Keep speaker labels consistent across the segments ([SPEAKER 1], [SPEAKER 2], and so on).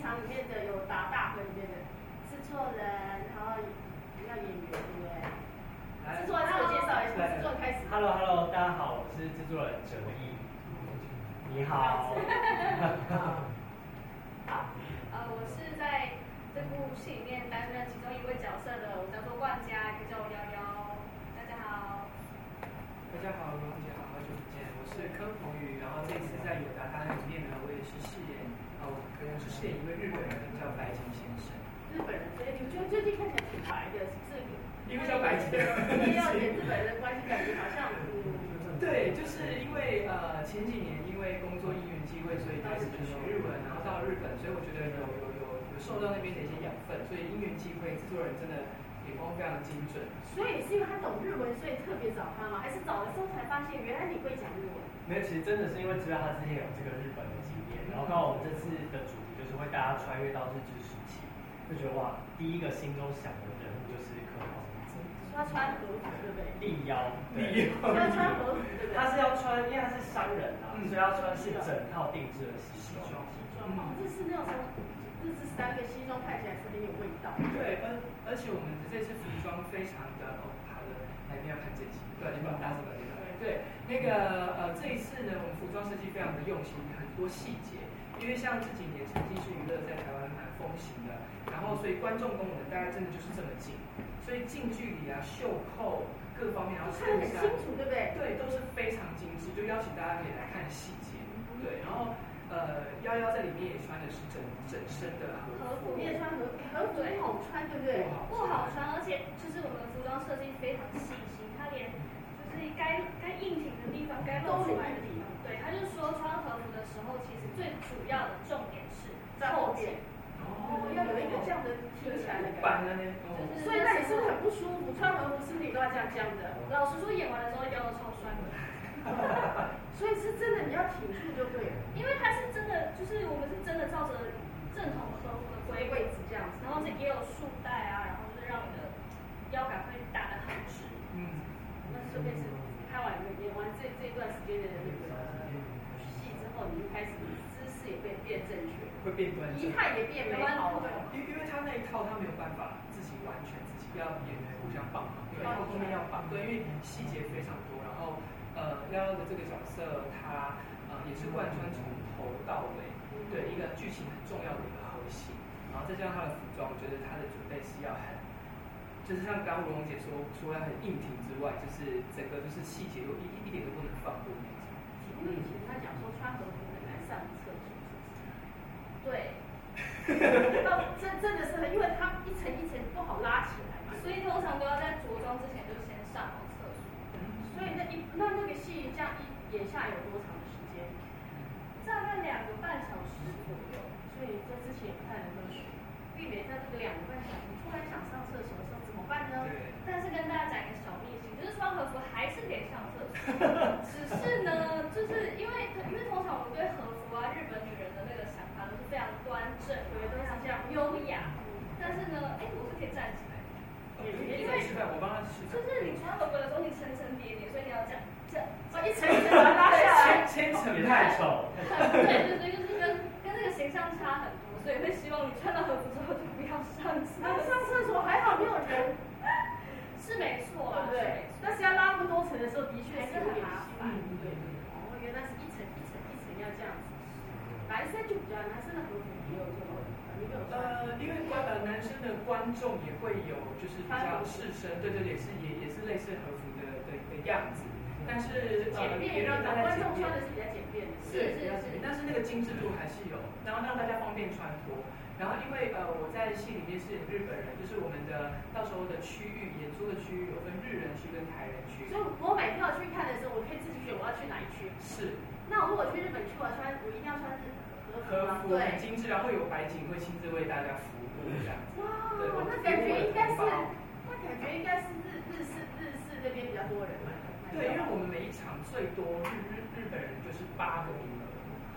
[SPEAKER 1] 场里面的有打大会里面的制作人，然后要演员，对不对？制作人自我介绍一下，制作人开始。
[SPEAKER 2] Hello Hello，大家好，我是制作人哲毅。你 好。
[SPEAKER 3] 好，呃，我是在这部戏里面担任其中一位角色的，我叫做万家，也叫我幺幺。大家好，
[SPEAKER 4] 大家好，龙姐好，好久不见，我是柯鹏宇，然后这次在友达大里面呢，我也是饰演，啊，我可能是饰演一位日本人，叫白井先生。
[SPEAKER 1] 日本人，所以你觉得最近看起来挺白的，是不是？
[SPEAKER 4] 因为叫白痴
[SPEAKER 1] 因为要演日本人的关系，感觉好像嗯，
[SPEAKER 4] 对，就是因为呃前几年因为工作因缘机会，所以开始学日文，然后到日本，所以我觉得有有有有受到那边的一些养分，所以因缘机会，制作人真的眼光非常精准。
[SPEAKER 1] 所以是因为他懂日文，所以特别找他吗？还是找了之后才发现原来你会讲日文？
[SPEAKER 2] 没有，其实真的是因为知道他之前有这个日本的经验，然后刚好我们这次的主题就是会大家穿越到日治时期，就觉得哇，第一个心中想的人物就是柯鹏，
[SPEAKER 1] 说他穿和服，对不对？
[SPEAKER 2] 力腰，
[SPEAKER 4] 力
[SPEAKER 1] 说他穿和服，对不对？
[SPEAKER 2] 他是要穿，因为他是商人啊，
[SPEAKER 4] 嗯
[SPEAKER 2] 所以要穿是整套定制的西
[SPEAKER 4] 西
[SPEAKER 2] 装
[SPEAKER 4] 装。
[SPEAKER 1] 装嘛，哦这是那种日式三个西装，看起来是很有味道。
[SPEAKER 4] 对，而而且我们的这次服装非常的哦，好的，还没有看这一期，不然你把它打死了。对，那个呃，这一次呢，我们服装设计非常的用心，很多细节。因为像这几年沉浸式娱乐在台湾蛮风行的，然后所以观众跟我们大概真的就是这么近，所以近距离啊、袖扣各方面，然后
[SPEAKER 1] 看得很清
[SPEAKER 4] 衬衫，
[SPEAKER 1] 楚，对不对？
[SPEAKER 4] 对，都是非常精致，就邀请大家可以来看细节。
[SPEAKER 1] 嗯
[SPEAKER 4] 对，然后呃，幺幺在里面也穿的是整整身的啊
[SPEAKER 3] 和服
[SPEAKER 1] 你也穿和和服很好穿，对不对？
[SPEAKER 3] 不好穿，而且就是我们服装设计非常细心，它连就是该该硬挺的地方，该露出来的地方，对，他就说穿和服的时候，其实最主要的重点是后颈，
[SPEAKER 4] 嗯
[SPEAKER 1] 哦，要有一个这样的挺起来的感
[SPEAKER 4] 板了呢，
[SPEAKER 1] 觉。
[SPEAKER 3] 就是
[SPEAKER 1] 所以那你是不是很不舒服？穿和服是不是你都要这样这样的？
[SPEAKER 3] 老实说，演完的时候腰都超酸的。
[SPEAKER 1] 所以是真的，你要挺住就对了，
[SPEAKER 3] 因为它是真的，就是我们是真的照着正统和服的
[SPEAKER 1] 回位
[SPEAKER 3] 规位，
[SPEAKER 1] 置这样子。
[SPEAKER 3] 然后这也有束带啊，然后就是让你的腰杆会打得很直。
[SPEAKER 4] 嗯，
[SPEAKER 1] 那顺便是拍完演完这这段时间的那个戏之后，你就开始姿势也变变正确，
[SPEAKER 4] 会变 端
[SPEAKER 1] 仪
[SPEAKER 4] 正。
[SPEAKER 1] 态也变美好了。
[SPEAKER 4] 因为因为他那一套他没有办法自己完全自己要演员互相帮忙，因为他后面要帮，对，因为细节非常多。然后呃，幺幺的这个角色他呃也是贯穿从头到尾，对一个剧情很重要的一个核心。然后再加上他的服装，我觉得他的准备是要很，就是像刚刚吴龙姐说，除了很硬挺之外，就是整个就是细节都一一一点都不能放过那种。
[SPEAKER 1] 请问以前他讲说穿和服很难上厕所，
[SPEAKER 3] 对，
[SPEAKER 1] 那真真的是很，因为它一层一层不好拉起来嘛，
[SPEAKER 3] 所以通常都要在着装之前就先上好厕所，
[SPEAKER 1] 所以那一那那个戏这样一演下来有多长的时间？
[SPEAKER 3] 大概两个半小时左右。
[SPEAKER 1] 所以在之前也不太能够学，避免在这个两个半小时突然想上厕所的时候怎么办呢？
[SPEAKER 4] 对，
[SPEAKER 3] 但是跟大家讲一个小秘辛，就是穿和服还是可以上厕所，只是呢，就是因为因为通常我们对和服啊、日本女人的那个想法都是非常端正，
[SPEAKER 1] 我觉得都是这样
[SPEAKER 3] 优雅。但是呢，哎，我是可以站起来的，
[SPEAKER 4] 因为示范，我帮他示
[SPEAKER 3] 就
[SPEAKER 4] 范。
[SPEAKER 3] 是你穿和服的时候，你层层叠叠，所以你要这样这样。
[SPEAKER 1] 哦，一层一层把它拉下来。
[SPEAKER 4] 千层
[SPEAKER 2] 也
[SPEAKER 4] 派
[SPEAKER 2] 太丑，
[SPEAKER 3] 对对对，就是跟跟这个形象差很多，所以会希望你穿到和服之后就不要上
[SPEAKER 1] 那
[SPEAKER 3] 厕所。
[SPEAKER 1] 上厕所还好没有人，
[SPEAKER 3] 是没错
[SPEAKER 1] 对不
[SPEAKER 3] 啊，是
[SPEAKER 1] 对
[SPEAKER 3] 没？错。
[SPEAKER 1] 但是要拉那么多层的时候，的确是有点麻烦。对对。哦，原来是一层一层一层要这样子。男生就比较，男生的和服也有这种，你没有穿？
[SPEAKER 4] 呃，因为观呃男生的观众也会有就是比较士绅，对对对，也是也也是类似和服的的的样子，但是
[SPEAKER 1] 简
[SPEAKER 4] 呃
[SPEAKER 1] 便一
[SPEAKER 4] 也
[SPEAKER 1] 点
[SPEAKER 4] 让
[SPEAKER 1] 的，
[SPEAKER 4] 大家
[SPEAKER 1] 观众
[SPEAKER 4] 简
[SPEAKER 1] 穿
[SPEAKER 4] 便
[SPEAKER 1] 的是比较简便的。
[SPEAKER 4] 是
[SPEAKER 3] 是
[SPEAKER 4] 比较简
[SPEAKER 3] 是
[SPEAKER 4] 便，但是那个精致度还是有，然后让大家方便穿脱。然后因为呃我在戏里面是日本人，就是我们的到时候的区域演出的区域有分日人区跟台人区，
[SPEAKER 1] 所以我买票去看的时候，我可以自己选我要去哪一区。
[SPEAKER 4] 是
[SPEAKER 1] 那我如果去日本去，我要穿，我一定要穿和服
[SPEAKER 4] 和
[SPEAKER 1] 吗？
[SPEAKER 4] 服
[SPEAKER 1] 对。
[SPEAKER 4] 很精致，然后有白景会亲自为大家服务这样子。
[SPEAKER 1] 哇，那感觉应该是，那感觉应该是日日式日式那边比较多人买。
[SPEAKER 4] 对，因为我们每一场最多日日日本人就是八个名额，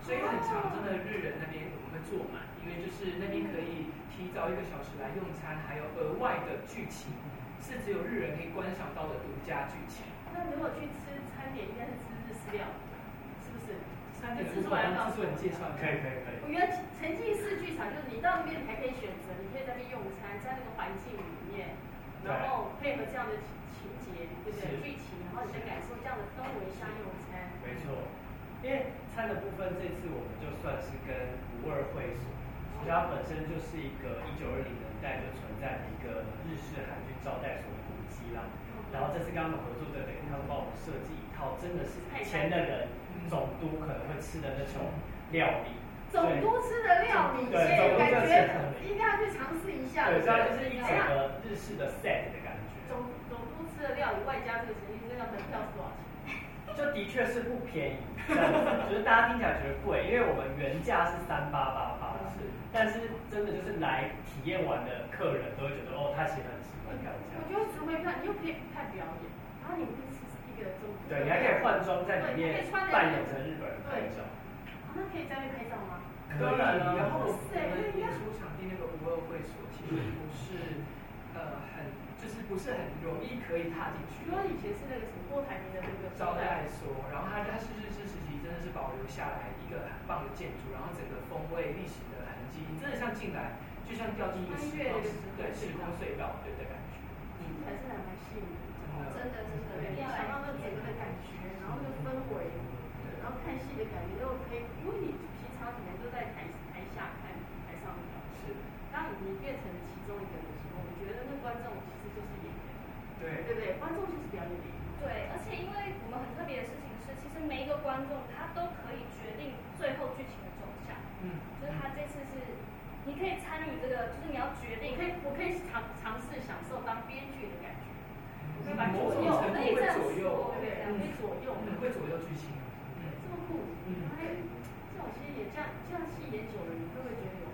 [SPEAKER 4] 所以很长，真的日人那边我们会坐满，因为就是那边可以提早一个小时来用餐，还有额外的剧情是只有日人可以观赏到的独家剧情。
[SPEAKER 1] 那如果去吃餐点，应该是吃日式料，是不是？
[SPEAKER 4] 三点有
[SPEAKER 1] 就是
[SPEAKER 4] 我
[SPEAKER 1] 我来
[SPEAKER 4] 帮
[SPEAKER 1] 告诉
[SPEAKER 4] 制作人介
[SPEAKER 1] 你。
[SPEAKER 4] 绍一
[SPEAKER 2] 可
[SPEAKER 4] 下
[SPEAKER 2] 以。可以可以
[SPEAKER 1] 我原来沉浸式剧场就是你到那边还可以选择，你可以在那边用餐，在那个环境里面，然后配合这样的情情节，对不对？
[SPEAKER 2] 是
[SPEAKER 1] 剧情，然后你再感受这样的氛围下用餐。
[SPEAKER 2] 没错，因为餐的部分，这次我们就算是跟五二会所，所以它本身就是一个一九二零年代就存在的一个日式韩剧招待所的古迹啦。
[SPEAKER 1] 嗯
[SPEAKER 2] 然后这次跟他们合作的，等于他们帮我们设计一套，真的是以前的人总督可能会吃的那种料理。
[SPEAKER 1] 总督吃的料理，所以感觉一定要去尝试一下。
[SPEAKER 2] 对，所以它就是一
[SPEAKER 1] 等
[SPEAKER 2] 整
[SPEAKER 1] 下
[SPEAKER 2] 个日式的 set 的感觉。
[SPEAKER 1] 总总督吃的料理，外加这个沉浸式，那门票是多少钱？
[SPEAKER 2] 就的确是不便宜， 这样子，就是大家听起来觉得贵，因为我们原价是三八八八，
[SPEAKER 4] 是
[SPEAKER 2] 但是真的就是来体验完的客人都会觉得哦，他其实很喜欢这样子
[SPEAKER 1] 我觉得赎回票，你就可以看表演，然后你会是一个总督。
[SPEAKER 2] 对，你还可以换装在里
[SPEAKER 1] 对你
[SPEAKER 2] 面
[SPEAKER 1] 可以穿得
[SPEAKER 2] 扮演成日本人拍照，
[SPEAKER 1] 啊那可以在那边拍照吗？
[SPEAKER 4] 当然了，然后我
[SPEAKER 1] 哇塞
[SPEAKER 4] 们
[SPEAKER 1] 那应
[SPEAKER 4] 演
[SPEAKER 1] 该
[SPEAKER 4] 出场地那个无二会所其实不是呃很，就是不是很容易可以踏进去
[SPEAKER 1] 除了以前是那个什么郭台铭的那个
[SPEAKER 4] 招待所，然后它它是日式时期真的是保留下来一个很棒的建筑，然后整个风味历史的痕迹，你真的像进来就像掉进一个时
[SPEAKER 1] 穿越那
[SPEAKER 4] 空
[SPEAKER 1] 个时
[SPEAKER 4] 对
[SPEAKER 1] 空
[SPEAKER 4] 时空隧道对的感觉，
[SPEAKER 1] 听起来真的还蛮吸引人的。
[SPEAKER 3] 真的真的
[SPEAKER 1] 对，
[SPEAKER 3] 一定要来
[SPEAKER 1] 想到那整个的感觉，然后那个氛围，
[SPEAKER 4] 对
[SPEAKER 1] 然后看戏的感觉，又可以，因为你平常可能都在台台下看台上的表演，
[SPEAKER 4] 是，
[SPEAKER 1] 当你变成其中一个的时候，我觉得那观众其实就是演员，
[SPEAKER 4] 对
[SPEAKER 1] 对不对？观众就是表演的演员。
[SPEAKER 3] 对，而且因为我们很特别的事情是，其实每一个观众他都可以决定最后剧情的走向，
[SPEAKER 4] 嗯，
[SPEAKER 3] 就是他这次是你可以参与这个，就是你要
[SPEAKER 1] 我
[SPEAKER 3] 决定
[SPEAKER 1] 可以，我可以尝尝试享受当编剧的感觉，
[SPEAKER 4] 嗯某种程度会左右，
[SPEAKER 1] 对不对？会左右，
[SPEAKER 4] 嗯会左右剧情，
[SPEAKER 1] 这么酷，哎，这种戏演这样这样戏演久了，你会不会觉得有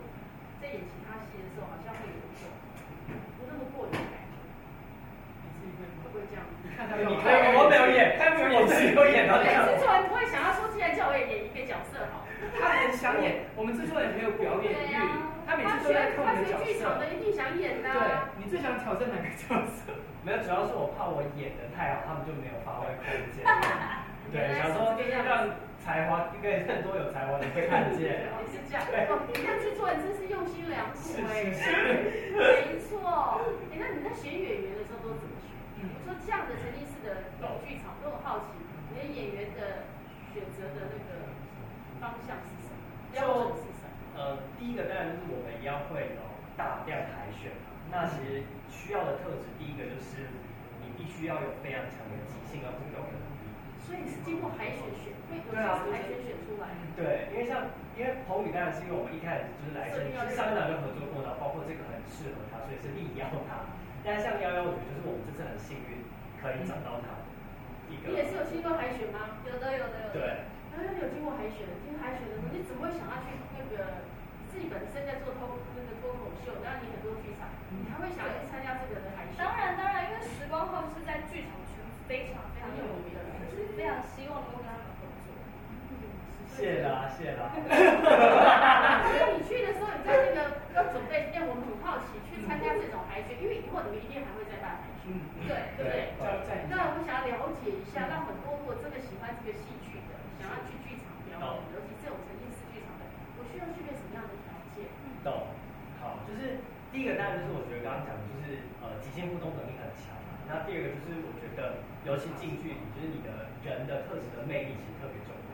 [SPEAKER 1] 在演其他戏的时候好像会有一种不那么过瘾的感觉？
[SPEAKER 4] 你自己会
[SPEAKER 1] 会不会这样？
[SPEAKER 4] 你
[SPEAKER 2] 你
[SPEAKER 4] 看他
[SPEAKER 2] 看
[SPEAKER 4] 有
[SPEAKER 2] 我我没有演，他没有演，我自己有演，然后这
[SPEAKER 1] 每
[SPEAKER 2] 样
[SPEAKER 1] 次做完不会想要说，既然叫我也演一个角色好了，
[SPEAKER 4] 他很想演，我们制作人很有表演欲，他每
[SPEAKER 1] 他
[SPEAKER 4] 次都
[SPEAKER 1] 学
[SPEAKER 4] 在看我
[SPEAKER 1] 啊他
[SPEAKER 4] 们的
[SPEAKER 1] 学
[SPEAKER 4] 角
[SPEAKER 1] 剧场
[SPEAKER 4] 色
[SPEAKER 1] 的。一定想演的、啊
[SPEAKER 4] 对，你最想挑战哪个角色？
[SPEAKER 2] 没有，主要是我怕我演的太好，他们就没有发挥空 间。对，
[SPEAKER 1] 原来是
[SPEAKER 2] 想说
[SPEAKER 1] 这
[SPEAKER 2] 就
[SPEAKER 1] 个
[SPEAKER 2] 是
[SPEAKER 1] 样子
[SPEAKER 2] 让才华，应该更多有才华的被 看见。
[SPEAKER 1] 也是这样。哦，你看制作人真是用心良苦哎，没错。哎，那你在学演员的时候都怎么学？比如说这样的沉浸式的这种剧场，都很好奇，你的演员的选择的那个方向是什么？标准是什么？
[SPEAKER 2] 呃，第一个当然就是我们一样会有大量海选嘛。那其实需要的特质，第一个就是你必须要有非常强的即兴和互动能力。
[SPEAKER 1] 所以你是经过海选选，会有
[SPEAKER 2] 对啊嗯
[SPEAKER 1] 海选选出来。
[SPEAKER 2] 对，因为像因为彭宇当然是因为我们一开始就是来先上一档就合作过的，包括这个很适合他，所以是力邀他。但是像幺幺，我觉得就是我们这次很幸运可以找到他的一个。
[SPEAKER 1] 你也是有经过海选吗？
[SPEAKER 3] 有的有的有的。
[SPEAKER 2] 对。
[SPEAKER 1] 然后有经过海选，经过海选的时候，你怎么会想要去那个？自己本身在做脱那个脱口秀，然后你很多剧场，你还会想要去参加这个的海选？
[SPEAKER 3] 当然当然，因为时光后是在剧场圈非常非常有名的人，就是非常希望能够跟他们合作。
[SPEAKER 2] 谢啦，谢啦。
[SPEAKER 1] 所以你去的时候，你在那个要准备，哎，我们很好奇去参加这种海选，因为以后你们一定还会再办海选，
[SPEAKER 4] 嗯，
[SPEAKER 1] 对对不对？
[SPEAKER 4] 挑战一下。
[SPEAKER 1] 那我想了解一下，让很多如果真的喜欢这个戏剧的，想要去剧场表演，尤其这种沉浸式剧场的，我需要具备什么样的条件？
[SPEAKER 2] 懂，好，就是第一个当然就是我觉得刚刚讲的就是呃极限互动能力很强嘛。那第二个就是我觉得，尤其近距离，就是你的人的特质的魅力其实特别重要。
[SPEAKER 4] 嗯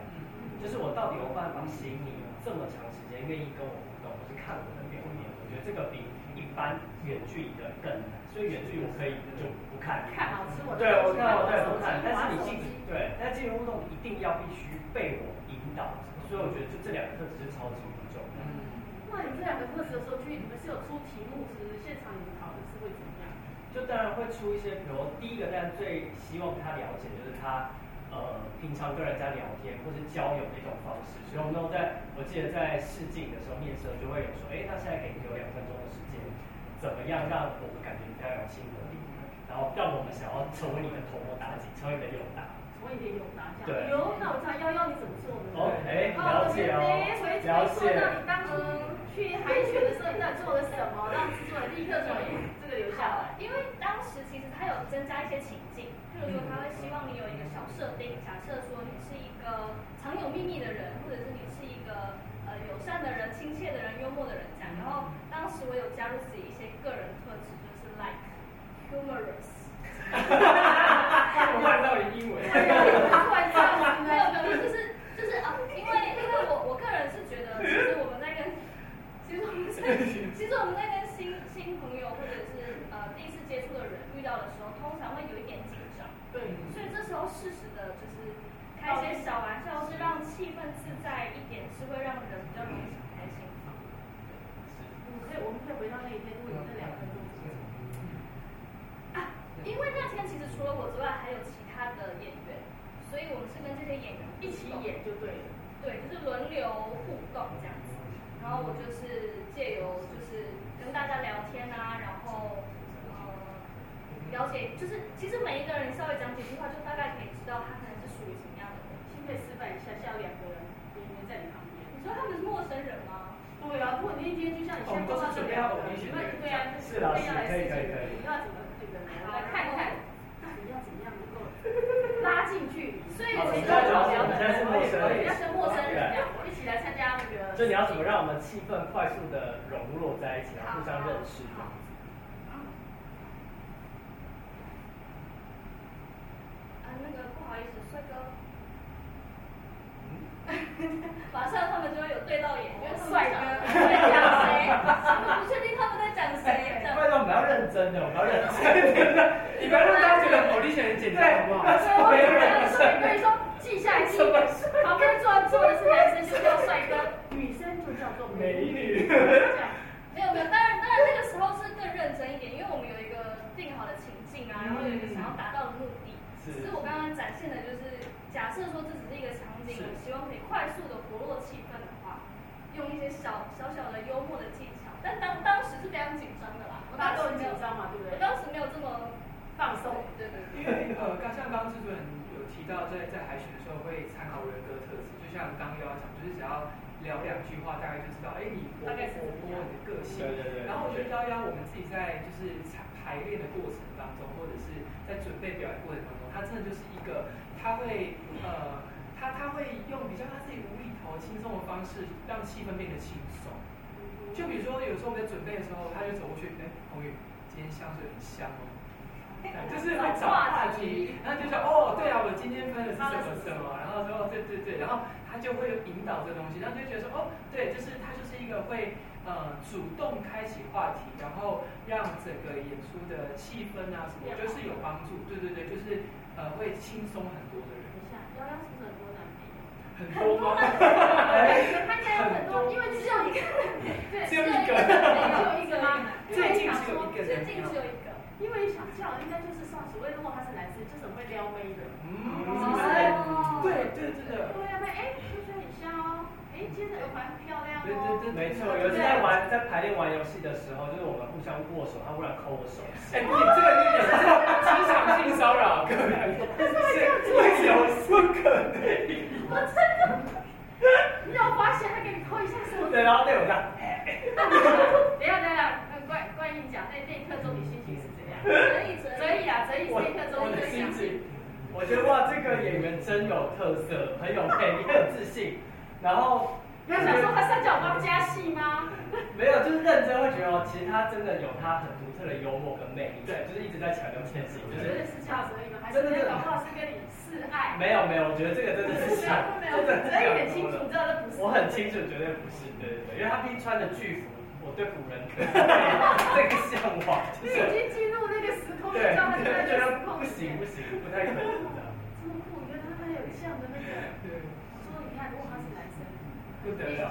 [SPEAKER 2] 就是我到底有办法吸引你这么长时间愿意跟我互动，或是看我的表演，我觉得这个比一般远距离的更难。所以远距离我可以就不看你，
[SPEAKER 1] 看好吃我的，
[SPEAKER 2] 对，我看我对
[SPEAKER 1] 手机
[SPEAKER 2] 我看，但
[SPEAKER 1] 玩
[SPEAKER 2] 是
[SPEAKER 1] 手
[SPEAKER 2] 你进
[SPEAKER 1] 机，
[SPEAKER 2] 对，但进入互动一定要必须被我引导，所以我觉得就这两个特质是超级重要。
[SPEAKER 1] 哇，你这两个特质的时候去，你们是有出题目，是不是？现场你们考的是会怎么样？
[SPEAKER 2] 就当然会出一些，比如第一个，但最希望他了解就是他呃平常跟人家聊天或是交友的一种方式。所以我们都在，我记得在试镜的时候面试的时候就会有说，哎，那现在给你有两分钟的时间，怎么样让我们感觉你比较有亲和力，然后让我们想要成为你的头目妲己，成为你的友达。
[SPEAKER 1] 我也有拿下。
[SPEAKER 2] 对
[SPEAKER 1] 有，那我知道幺幺你怎么做的？
[SPEAKER 2] 哦，哎，
[SPEAKER 1] 哦，我
[SPEAKER 2] 了
[SPEAKER 1] 觉
[SPEAKER 2] 解
[SPEAKER 1] 得
[SPEAKER 2] 哦
[SPEAKER 1] 没，回头
[SPEAKER 2] 了
[SPEAKER 1] 说嗯到
[SPEAKER 2] 解嗯
[SPEAKER 1] 你。当初去海选的时候，你到底做了什么，让制作人立刻说，哎，这个留下来。
[SPEAKER 3] 因为当时其实他有增加一些情境，譬如说他会希望你有一个小设定，假设说你是一个藏有秘密的人，或者是你是亲切的人、幽默的人这样。然后当时我有加入自己一些个人特质，就是 like humorous。
[SPEAKER 4] 哎我换到英 文。
[SPEAKER 3] 突然这样子，没有没有，就是就是啊，因为因为我我个人是觉得，其实我们在跟，其实我们在， 其实我们在跟新新朋友或者是呃第一次接触的人遇到的时候，通常会有一点紧张，
[SPEAKER 1] 对，
[SPEAKER 3] 所以这时候适时的就是开一些小玩笑，是让气氛自在一点，是会让人比较容易想开心的。
[SPEAKER 1] 我可以，我们可以回到那一天，如果那两分钟之间，
[SPEAKER 3] 啊，因为那天其实除了我之外，还有其他的演员，所以我们是跟这些演员
[SPEAKER 1] 一起
[SPEAKER 3] 互动
[SPEAKER 1] 演就对了。
[SPEAKER 3] 对，就是轮流互动这样子。然后我就是借由就是跟大家聊天啊，然后呃了解，就是其实每一个人稍微讲几句话，就大概可以知道他可能是属于什么样的人。
[SPEAKER 1] 先可以示范一下，下午两个人演员在你旁边。
[SPEAKER 3] 你说他们是陌生人吗？
[SPEAKER 1] 对啊，如果你那天就像你现在碰到这两个人，你问对啊，就是要来事情，你要怎么那个来看看，到底要怎么样能够拉近距离？所以我觉得我聊的人，要跟陌生人聊，一起来参加那个。
[SPEAKER 2] 就你要怎么让我们气氛快速的融入在一起，然后互相认识这样子。
[SPEAKER 3] 啊，那个不好意思，帅哥。嗯 马上他们就会有对到眼，因为他们
[SPEAKER 1] 帅哥
[SPEAKER 3] 不知道在讲谁，我不确定他们在讲谁。 这样
[SPEAKER 2] 拜托，我们要认真的，我们要认真的。
[SPEAKER 4] 你不要让大家觉得 audition 很简单，好不好？
[SPEAKER 1] 所以我跟你说，记下来记。旁边坐坐的是男生，就叫帅哥；女生就叫做美女。
[SPEAKER 3] 没有没有，当然当然那个时候是更认真一点，因为我们有一个定好的情
[SPEAKER 4] 嗯
[SPEAKER 3] 境啊，然后有一个想要达到的目的。
[SPEAKER 2] 是
[SPEAKER 3] 只是我刚刚展现的就是，假设说这只是一个场景，
[SPEAKER 2] 是
[SPEAKER 3] 我希望可以快速的活络气氛的话，用一些小小小的幽默的技巧。但当当时是非常紧张的啦，我
[SPEAKER 1] 大家
[SPEAKER 3] 当
[SPEAKER 1] 都
[SPEAKER 3] 时
[SPEAKER 1] 很
[SPEAKER 3] 没
[SPEAKER 1] 紧
[SPEAKER 3] 有，
[SPEAKER 1] 张嘛，对不
[SPEAKER 3] 我
[SPEAKER 1] 对？
[SPEAKER 3] 当时没有这么
[SPEAKER 1] 放松。
[SPEAKER 3] 对对对。
[SPEAKER 4] 因为呃，刚像刚刚制作人有提到在，在海选的时候会参考人格特质，就像刚刚要讲，就是只要聊两句话，大概就知道，哎，你活
[SPEAKER 1] 大
[SPEAKER 4] 泼
[SPEAKER 1] 概是
[SPEAKER 4] 活泼
[SPEAKER 1] 怎么样
[SPEAKER 4] 你的个性。
[SPEAKER 2] 对对对
[SPEAKER 4] 然后我觉得幺幺，我们自己在就是排练的过程当中，或者是在准备表演过程当中，他真的就是一个，他会呃，他他会用比较他自己无厘头、轻松的方式，让气氛变得轻松。就比如说，有时候我们在准备的时候，他就走过去，哎，彭宇，今天香水很香哦， 就是会找话题，然后就说哦，对啊，我今天分的是什么什么，然后说哦，对对对，然后他就会引导这东西，然后就觉得说哦，对，就是他就是一个会呃主动开启话题，然后让整个演出的气氛啊什么，就是有帮助，对对对，就是呃会轻松很多的人
[SPEAKER 1] 等，一下，幺幺是不是很多男朋友？
[SPEAKER 4] 很多吗？
[SPEAKER 1] 哎他应该有很多，因为只有一 个，对，
[SPEAKER 4] 只有一
[SPEAKER 1] 只
[SPEAKER 4] 个，
[SPEAKER 1] 有一个吗？
[SPEAKER 4] 最 近只有一个
[SPEAKER 3] 最
[SPEAKER 4] 人
[SPEAKER 3] 近只有一个，
[SPEAKER 1] 因为想象应该就是上所谓，如果他是男生，就是很会撩妹的。
[SPEAKER 4] 嗯，
[SPEAKER 2] 哦
[SPEAKER 4] 是不是？对对对的。
[SPEAKER 1] 对呀，那哎，就觉得很香哦，哎，今天的耳环很漂亮哦。
[SPEAKER 4] 对对对，
[SPEAKER 2] 没错，有一次在玩在排练玩游戏的时候，就是我们互相握手，他忽然抠我手，
[SPEAKER 4] 哎，你这个你这是职场 性骚扰，各位，这有不可能。
[SPEAKER 1] 我真的， 你有发现他给你扣一下手指
[SPEAKER 2] 对，？然后对我这样，哎
[SPEAKER 1] 等一下等一下，那关关于讲那那一刻钟你心情是怎样？
[SPEAKER 3] 可以
[SPEAKER 1] 所
[SPEAKER 3] 可
[SPEAKER 1] 以
[SPEAKER 3] 以
[SPEAKER 1] 啊，所以
[SPEAKER 2] 我
[SPEAKER 1] 那一刻钟
[SPEAKER 2] 我的
[SPEAKER 1] 你
[SPEAKER 2] 心
[SPEAKER 1] 想，
[SPEAKER 2] 情，我觉得哇，这个演员真有特色，很有魅力，很有自信，然后
[SPEAKER 1] 不要想说他三角帮加戏吗？
[SPEAKER 2] 没有，就是认真会觉得哦，其实他真的有他很独特的幽默跟魅力，对，就是一直在强调这件事情，
[SPEAKER 1] 我
[SPEAKER 2] 就
[SPEAKER 1] 觉
[SPEAKER 2] 是
[SPEAKER 1] 得是这样子而已吗？还是那搞不好是跟你示爱？
[SPEAKER 2] 没有没有，我觉得这个真的是
[SPEAKER 1] 没有
[SPEAKER 2] 想，
[SPEAKER 1] 没有，所以很清楚知道这不是。
[SPEAKER 2] 我很清楚，绝对不是，对对对，因为他毕竟穿着巨服，我对古人可能没有这个向往，就
[SPEAKER 1] 你
[SPEAKER 2] 是
[SPEAKER 1] 已经进入那个时空，你
[SPEAKER 2] 对，
[SPEAKER 1] 知道他
[SPEAKER 2] 就
[SPEAKER 1] 在那
[SPEAKER 2] 觉
[SPEAKER 1] 个
[SPEAKER 2] 得
[SPEAKER 1] 时空
[SPEAKER 2] 不行不行，不太可能的。
[SPEAKER 1] 这么酷，你跟他还有这样的那个。我说你看，如果他是男生，
[SPEAKER 4] 不得 了，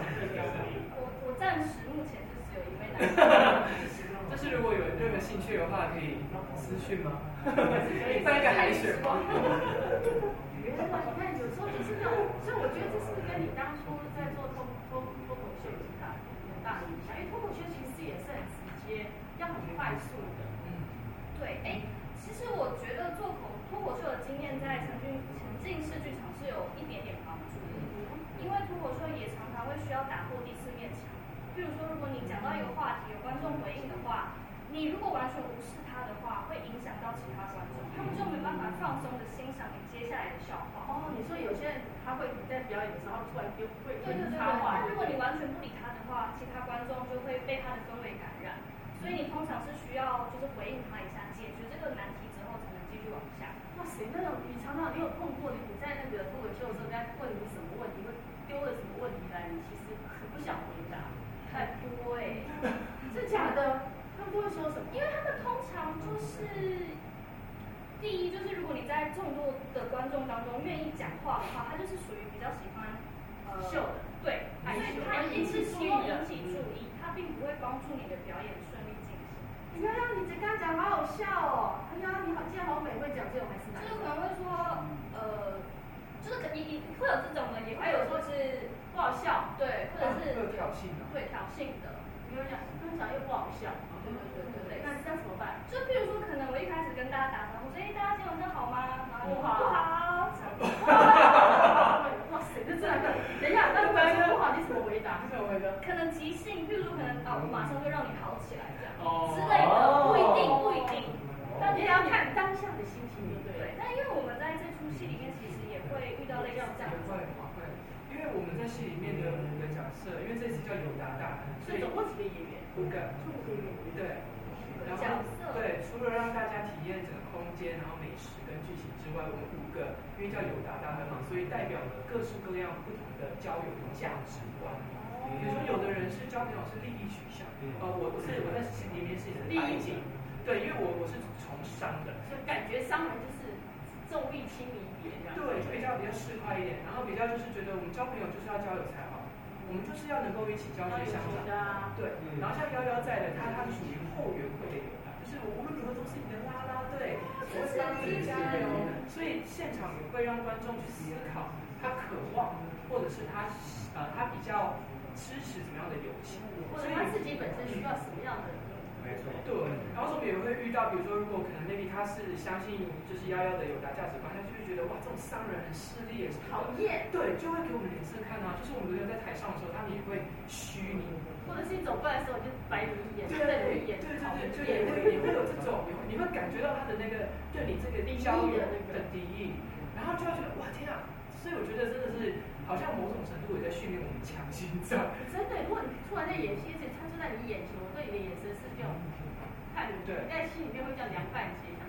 [SPEAKER 3] 我我暂时目前就只有一位男生。
[SPEAKER 4] 但是如果有任何兴趣的话，可以私讯吗？
[SPEAKER 1] 可以嗯
[SPEAKER 4] 办一个海选吗？
[SPEAKER 1] 原来你看，有时候就是那种，所以我觉得这是跟你当初在做脱脱脱口秀有很大很大的影响，因为脱口秀其实也是很直接，要很快速的。
[SPEAKER 3] 对，哎，其实我觉得做口脱口秀的经验在沉浸沉浸式剧场是有一点点帮助的，因为脱口秀也常常会需要打破第四面墙。比如说，如果你讲到一个话题，有观众回应的话，你如果完全无视它的话，会影响到其他观众，他们就没办法放松的欣赏你接下来的笑话。
[SPEAKER 1] 哦，你说有些人他会你在表演的时候，他突然丢会
[SPEAKER 3] 对对
[SPEAKER 1] 会
[SPEAKER 3] 对，
[SPEAKER 1] 插话
[SPEAKER 3] 但，如果你完全不理他的话，其他观众就会被他的氛围感染，所以你通常是需要就是回应他一下，解决这个难题之后才能继续往下。
[SPEAKER 1] 哇塞，那种你常常你有碰过，你在那个脱口秀的时候，人家问你什么问题，会丢了什么问题来，你其实很不想回答，
[SPEAKER 3] 很多哎、
[SPEAKER 1] 是假的？他们都会说什么？
[SPEAKER 3] 因为他们通常就是，第一就是如果你在众多的观众当中愿意讲话的话，他就是属于比较喜欢呃
[SPEAKER 1] 秀的，
[SPEAKER 3] 对，
[SPEAKER 1] 害
[SPEAKER 3] 所以
[SPEAKER 1] 羞
[SPEAKER 3] 他一定是希望
[SPEAKER 1] 引起注意的
[SPEAKER 3] 引起注意，他并不会帮助你的表演顺利进行。
[SPEAKER 1] 你看你这刚讲好好笑哦，哎呀，你好，竟然好美，会讲这种还是哪
[SPEAKER 3] 就
[SPEAKER 1] 里
[SPEAKER 3] 是可能会说，呃，就是可你你会有这种的，也会有说是
[SPEAKER 1] 不好笑？
[SPEAKER 3] 对，或者是
[SPEAKER 4] 会有挑衅的，
[SPEAKER 3] 啊会挑衅的。
[SPEAKER 1] 你跟我讲，跟我讲又不好笑，对对对对对，那那怎么办？
[SPEAKER 3] 就譬如说，可能我一开始跟大家打招呼，说，哎，大家今晚上好吗？然后就
[SPEAKER 1] 不好
[SPEAKER 3] 不好，
[SPEAKER 1] 哇塞，那真的，等一下，那如果说不好，你怎么回答？
[SPEAKER 4] 这种会的，
[SPEAKER 3] 可能即兴，譬如说可能啊，我马上就让你好起来这样
[SPEAKER 4] 哦
[SPEAKER 3] 之类的，不一定不一定。
[SPEAKER 1] 但你也要看当下的心情，对不
[SPEAKER 3] 对
[SPEAKER 1] 对，？
[SPEAKER 3] 但因为我们在这出戏里面，其实也会遇到类似这样的
[SPEAKER 4] 会
[SPEAKER 3] 状况。
[SPEAKER 4] 会，因为我们在戏里面的五个角色，因为这次叫尤达大，
[SPEAKER 1] 所
[SPEAKER 4] 所
[SPEAKER 1] 以
[SPEAKER 4] 以
[SPEAKER 1] 总共几个演员？
[SPEAKER 4] 五个，
[SPEAKER 1] 就五个演员。
[SPEAKER 4] 对。然后对，除了让大家体验整个空间，然后美食跟剧情之外，我们五个因为叫友达大亨嘛，所以代表了各式各样不同的交友的价值观。
[SPEAKER 3] 哦
[SPEAKER 4] 比如说，有的人是交朋友是利益取向，呃，我我是我在里面是
[SPEAKER 1] 利益
[SPEAKER 4] 白金，对，因为我我是从商的，
[SPEAKER 1] 就感觉商人就是重力轻离别这样。
[SPEAKER 4] 对，就比较比较市侩一点，然后比较就是觉得我们交朋友就是要交友才好，我们就是要能够一起交学相长。
[SPEAKER 1] 的啊，
[SPEAKER 4] 对，然后像幺幺在的，他他们属于后援会的友达，就是我无论如何都是你的啦啦队，我会帮你加油。所以现场也会让观众去思考他渴望，或者是他呃他比较支持怎么样的友情，
[SPEAKER 1] 或
[SPEAKER 4] 所
[SPEAKER 1] 者
[SPEAKER 4] 以
[SPEAKER 1] 他自己本身需要什么样的？
[SPEAKER 2] 没错，
[SPEAKER 4] 对，然后我们也会遇到，比如说，如果可能 maybe 他是相信就是幺幺的友达价值观，他就会觉得哇，这种商人很势利，也是
[SPEAKER 1] 讨厌，
[SPEAKER 4] 对，就会给我们脸色看啊。就是我们人在台上的时候，他们也会虚拟，
[SPEAKER 1] 或者是你走过来的时候你就白你一眼，
[SPEAKER 4] 对
[SPEAKER 1] 瞪你
[SPEAKER 4] 对
[SPEAKER 1] 一
[SPEAKER 4] 对
[SPEAKER 1] 眼，讨
[SPEAKER 4] 对，就也
[SPEAKER 1] 厌。
[SPEAKER 4] 会也会有这种，嗯你会感觉到他的那个对你这个力交友的敌意，然后就会觉得哇天啊！所以我觉得真的是好像某种程度也在训练我们强心脏。
[SPEAKER 1] 真的，如果你突然在演戏，而且他就在你眼球，对你的眼神是这种看你，
[SPEAKER 4] 对嗯
[SPEAKER 1] 你在心里面会叫凉拌鞋，想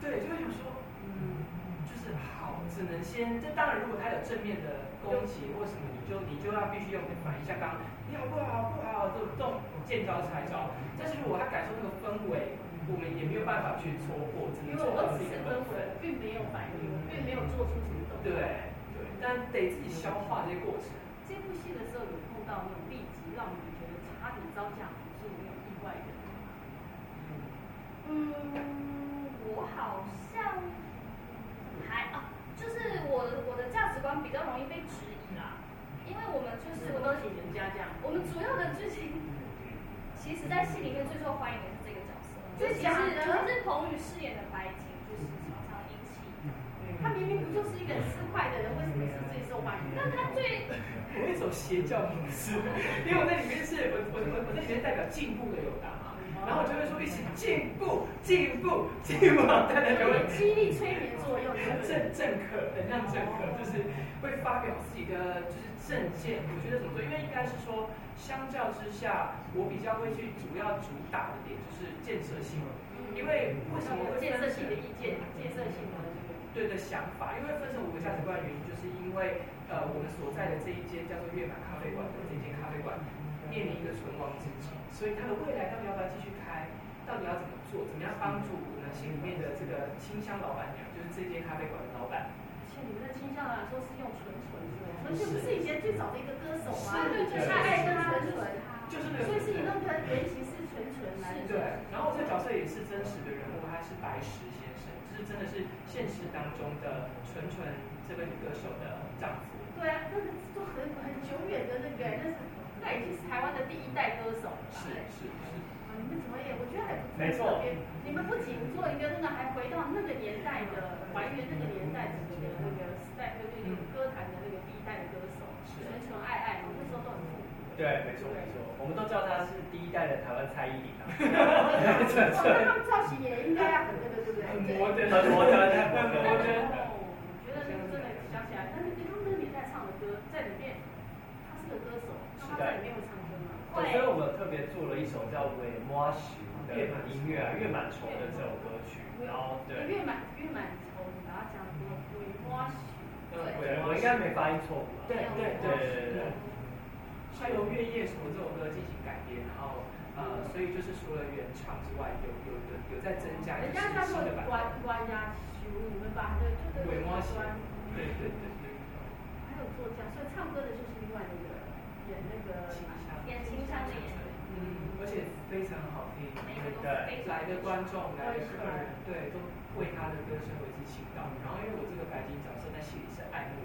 [SPEAKER 4] 对，就会想说，嗯，就是好，只能先。这当然，如果他有正面的攻击或什么，你就你就要必须用你的反应，像刚刚你好不好不好这种这种见招拆招。但是如果他感受那个氛围，我们也没有办法去戳破，只
[SPEAKER 1] 因为
[SPEAKER 4] 能做
[SPEAKER 1] 我
[SPEAKER 4] 到自
[SPEAKER 1] 只
[SPEAKER 4] 己
[SPEAKER 1] 是
[SPEAKER 4] 的
[SPEAKER 1] 跟我
[SPEAKER 4] 本分。
[SPEAKER 1] 并没有反应，我并没有做出什么动作。
[SPEAKER 4] 嗯对对，但得自己消化这些过程。
[SPEAKER 1] 这部戏的时候有碰到那种立即让你觉得差点招架不住那种意外的人吗？
[SPEAKER 3] 嗯，我好像还啊，就是我的我的价值观比较容易被质疑啦，因为我们就
[SPEAKER 1] 就是
[SPEAKER 3] 是
[SPEAKER 1] 我
[SPEAKER 3] 我
[SPEAKER 1] 都
[SPEAKER 3] 都
[SPEAKER 1] 请人家这样，
[SPEAKER 3] 我们主要的剧情，其实在戏里面最受欢迎的是这个角色，
[SPEAKER 1] 真
[SPEAKER 3] 其
[SPEAKER 1] 假
[SPEAKER 3] 实
[SPEAKER 1] 的
[SPEAKER 3] 就是彭宇饰演的白金，就是常常引起。
[SPEAKER 1] 他明明不就是一个很市侩的人，为什么是最受欢迎？
[SPEAKER 3] 但他最
[SPEAKER 4] 我有一种邪教模式，因为我在里面是我我我我在里面代表进步的友达嘛，然后我就会说一起进步进步进步，大家就会
[SPEAKER 1] 有激励催眠作用，
[SPEAKER 4] 政政客，能量政客，就是会发表自己的就是政见。我觉得怎么做？因为应该是说，相较之下，我比较会去主要主打的点就是建设性。因为为什么
[SPEAKER 1] 嗯
[SPEAKER 4] 会
[SPEAKER 1] 建设
[SPEAKER 4] 分
[SPEAKER 1] 性
[SPEAKER 4] 成
[SPEAKER 1] 的意见，建设性的这个。
[SPEAKER 4] 对的想法？因为分成五个价值观的原因，就是因为呃，我们所在的这一间叫做月满咖啡馆的这间咖啡馆面临一个存亡之际，所以它的未来到底要不要继续开？到底要怎么做？怎么样帮助我们心里面的这个清香老板娘，就是这间咖啡馆的老板？
[SPEAKER 1] 而且你们的倾向来说是用纯纯是吗？纯纯不是以前最早的一个歌手吗？
[SPEAKER 3] 是对对对
[SPEAKER 1] 大爱跟纯纯，
[SPEAKER 4] 就是那个
[SPEAKER 1] 所以是你那个原型是纯纯来的。
[SPEAKER 4] 对，然后这个角色也是真实的人物，他是白石先生，就是真的是现实当中的纯纯这位女歌手的丈夫。
[SPEAKER 1] 对啊，那个都很很久远的那个，那是那已经是台湾的第一代歌手了吧？
[SPEAKER 4] 是是是，
[SPEAKER 1] 啊，你们怎么也，我觉得还不错
[SPEAKER 2] 没错
[SPEAKER 1] 你们不仅做一个那个，还回到那个年代的，还原那个年代整个的那个时代，对对，那个歌坛的那个第一代的歌手，
[SPEAKER 4] 是
[SPEAKER 1] 纯纯爱爱嘛，那时候都很复古的。
[SPEAKER 2] 对，没错没错，我们都叫她是第一代的台湾蔡依林啊，
[SPEAKER 1] 哦，那他们造型也应该要很那个，对不对？
[SPEAKER 4] 很摩登，
[SPEAKER 2] 很摩登
[SPEAKER 4] 很
[SPEAKER 1] 但
[SPEAKER 4] 摩
[SPEAKER 1] 是
[SPEAKER 4] 登。
[SPEAKER 1] 我觉得那个真的想起来，但是他们那个年代唱的歌，在里面他是个歌手，那他在里面会唱歌吗？
[SPEAKER 2] 对所以我们特别做了一首叫《尾摸许》的音乐啊，《月满愁》的这首歌曲，然后对，
[SPEAKER 1] 月满月满愁，然后讲什么鬼花许，
[SPEAKER 2] 对我应该没发音错误吧？
[SPEAKER 4] 对对对
[SPEAKER 2] 对对对
[SPEAKER 4] 对。它由《月夜愁》这首歌进行改编，然后呃，所以就是除了原唱之外，有有有有在增加
[SPEAKER 1] 哦
[SPEAKER 4] 一
[SPEAKER 1] 人
[SPEAKER 4] 些
[SPEAKER 1] 家叫
[SPEAKER 4] 新
[SPEAKER 1] 做
[SPEAKER 4] 的版
[SPEAKER 1] 关关呀许，你们把这这
[SPEAKER 4] 本。
[SPEAKER 1] 个
[SPEAKER 4] 尾猫型，对
[SPEAKER 1] 还
[SPEAKER 4] 对对
[SPEAKER 1] 哦
[SPEAKER 4] 对，
[SPEAKER 1] 有作家，所以唱歌的就是另外那个演那个
[SPEAKER 4] 清香，
[SPEAKER 3] 眼睛上的眼
[SPEAKER 1] 哦
[SPEAKER 3] 睛，
[SPEAKER 4] 嗯，而且非常好听，
[SPEAKER 3] 每
[SPEAKER 1] 哎
[SPEAKER 3] 个都是非常
[SPEAKER 4] 来的观众、来的客
[SPEAKER 1] 嗯
[SPEAKER 4] 人，对，都为他的歌声为之倾倒。然后因为我这个白金角色在戏里是爱慕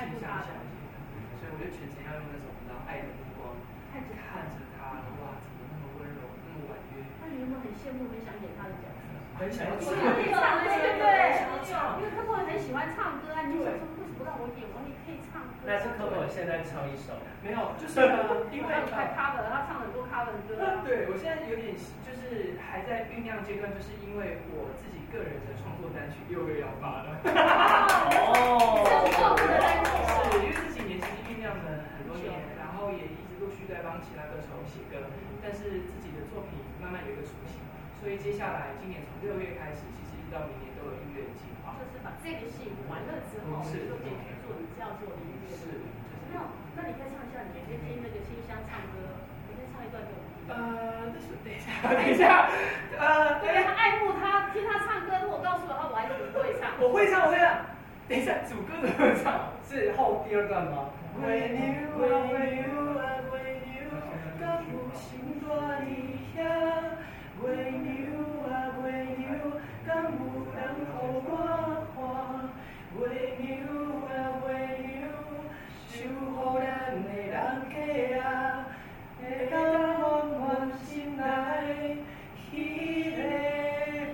[SPEAKER 1] 爱慕
[SPEAKER 4] 倾向
[SPEAKER 1] 他
[SPEAKER 4] 小姐的，所以我就全程要用那种你知道爱的目光
[SPEAKER 1] 看着
[SPEAKER 4] 看着她，哇，怎么那么温柔，那么婉约，
[SPEAKER 1] 那你有没有很羡慕，很想演他的角色？
[SPEAKER 4] 很想要
[SPEAKER 1] 我
[SPEAKER 4] 做
[SPEAKER 1] 有
[SPEAKER 4] 那
[SPEAKER 1] 点唱，对对
[SPEAKER 4] 想要唱
[SPEAKER 1] 对，因为客户很喜欢唱歌啊，你就想说为什么让我演，我也可以唱歌。啊
[SPEAKER 2] 那是柯文现在唱一首，
[SPEAKER 4] 没有，就是呃
[SPEAKER 1] 因
[SPEAKER 4] 因为
[SPEAKER 1] 为他 cover，他唱很多 cover 的歌啊。
[SPEAKER 4] 对，我现在有点就是还在酝酿阶段，就是因为我自己个人的创作单曲六月要发了，
[SPEAKER 1] 哦，
[SPEAKER 4] 是因为自己年其实酝酿了很多年，然后也一直陆续在帮其他歌手写歌，但是自己的作品慢慢有一个雏形，所以接下来今年从六月开始，其实一直到明年都有音乐计划，
[SPEAKER 1] 就是把这个戏完了之后，你就可以去做你要做的音乐。
[SPEAKER 4] 嗯是，就是
[SPEAKER 1] 那那你可以唱一下，你可以听那个清香唱歌，你可以唱一段给我们听。
[SPEAKER 4] 呃，这是等一下，等一下，呃，
[SPEAKER 1] 对
[SPEAKER 4] 对
[SPEAKER 1] 他。爱慕他，听他唱歌，如果告诉我他我还是不会唱。
[SPEAKER 4] 我会唱，我会唱。等一下，主歌怎么唱？是后第二段吗？为你，为你，爱为你，甘有心大你遐。为你啊，为你，甘有人予我看？为你啊，为你，守护咱的人客啊，会甲咱放满心内迄个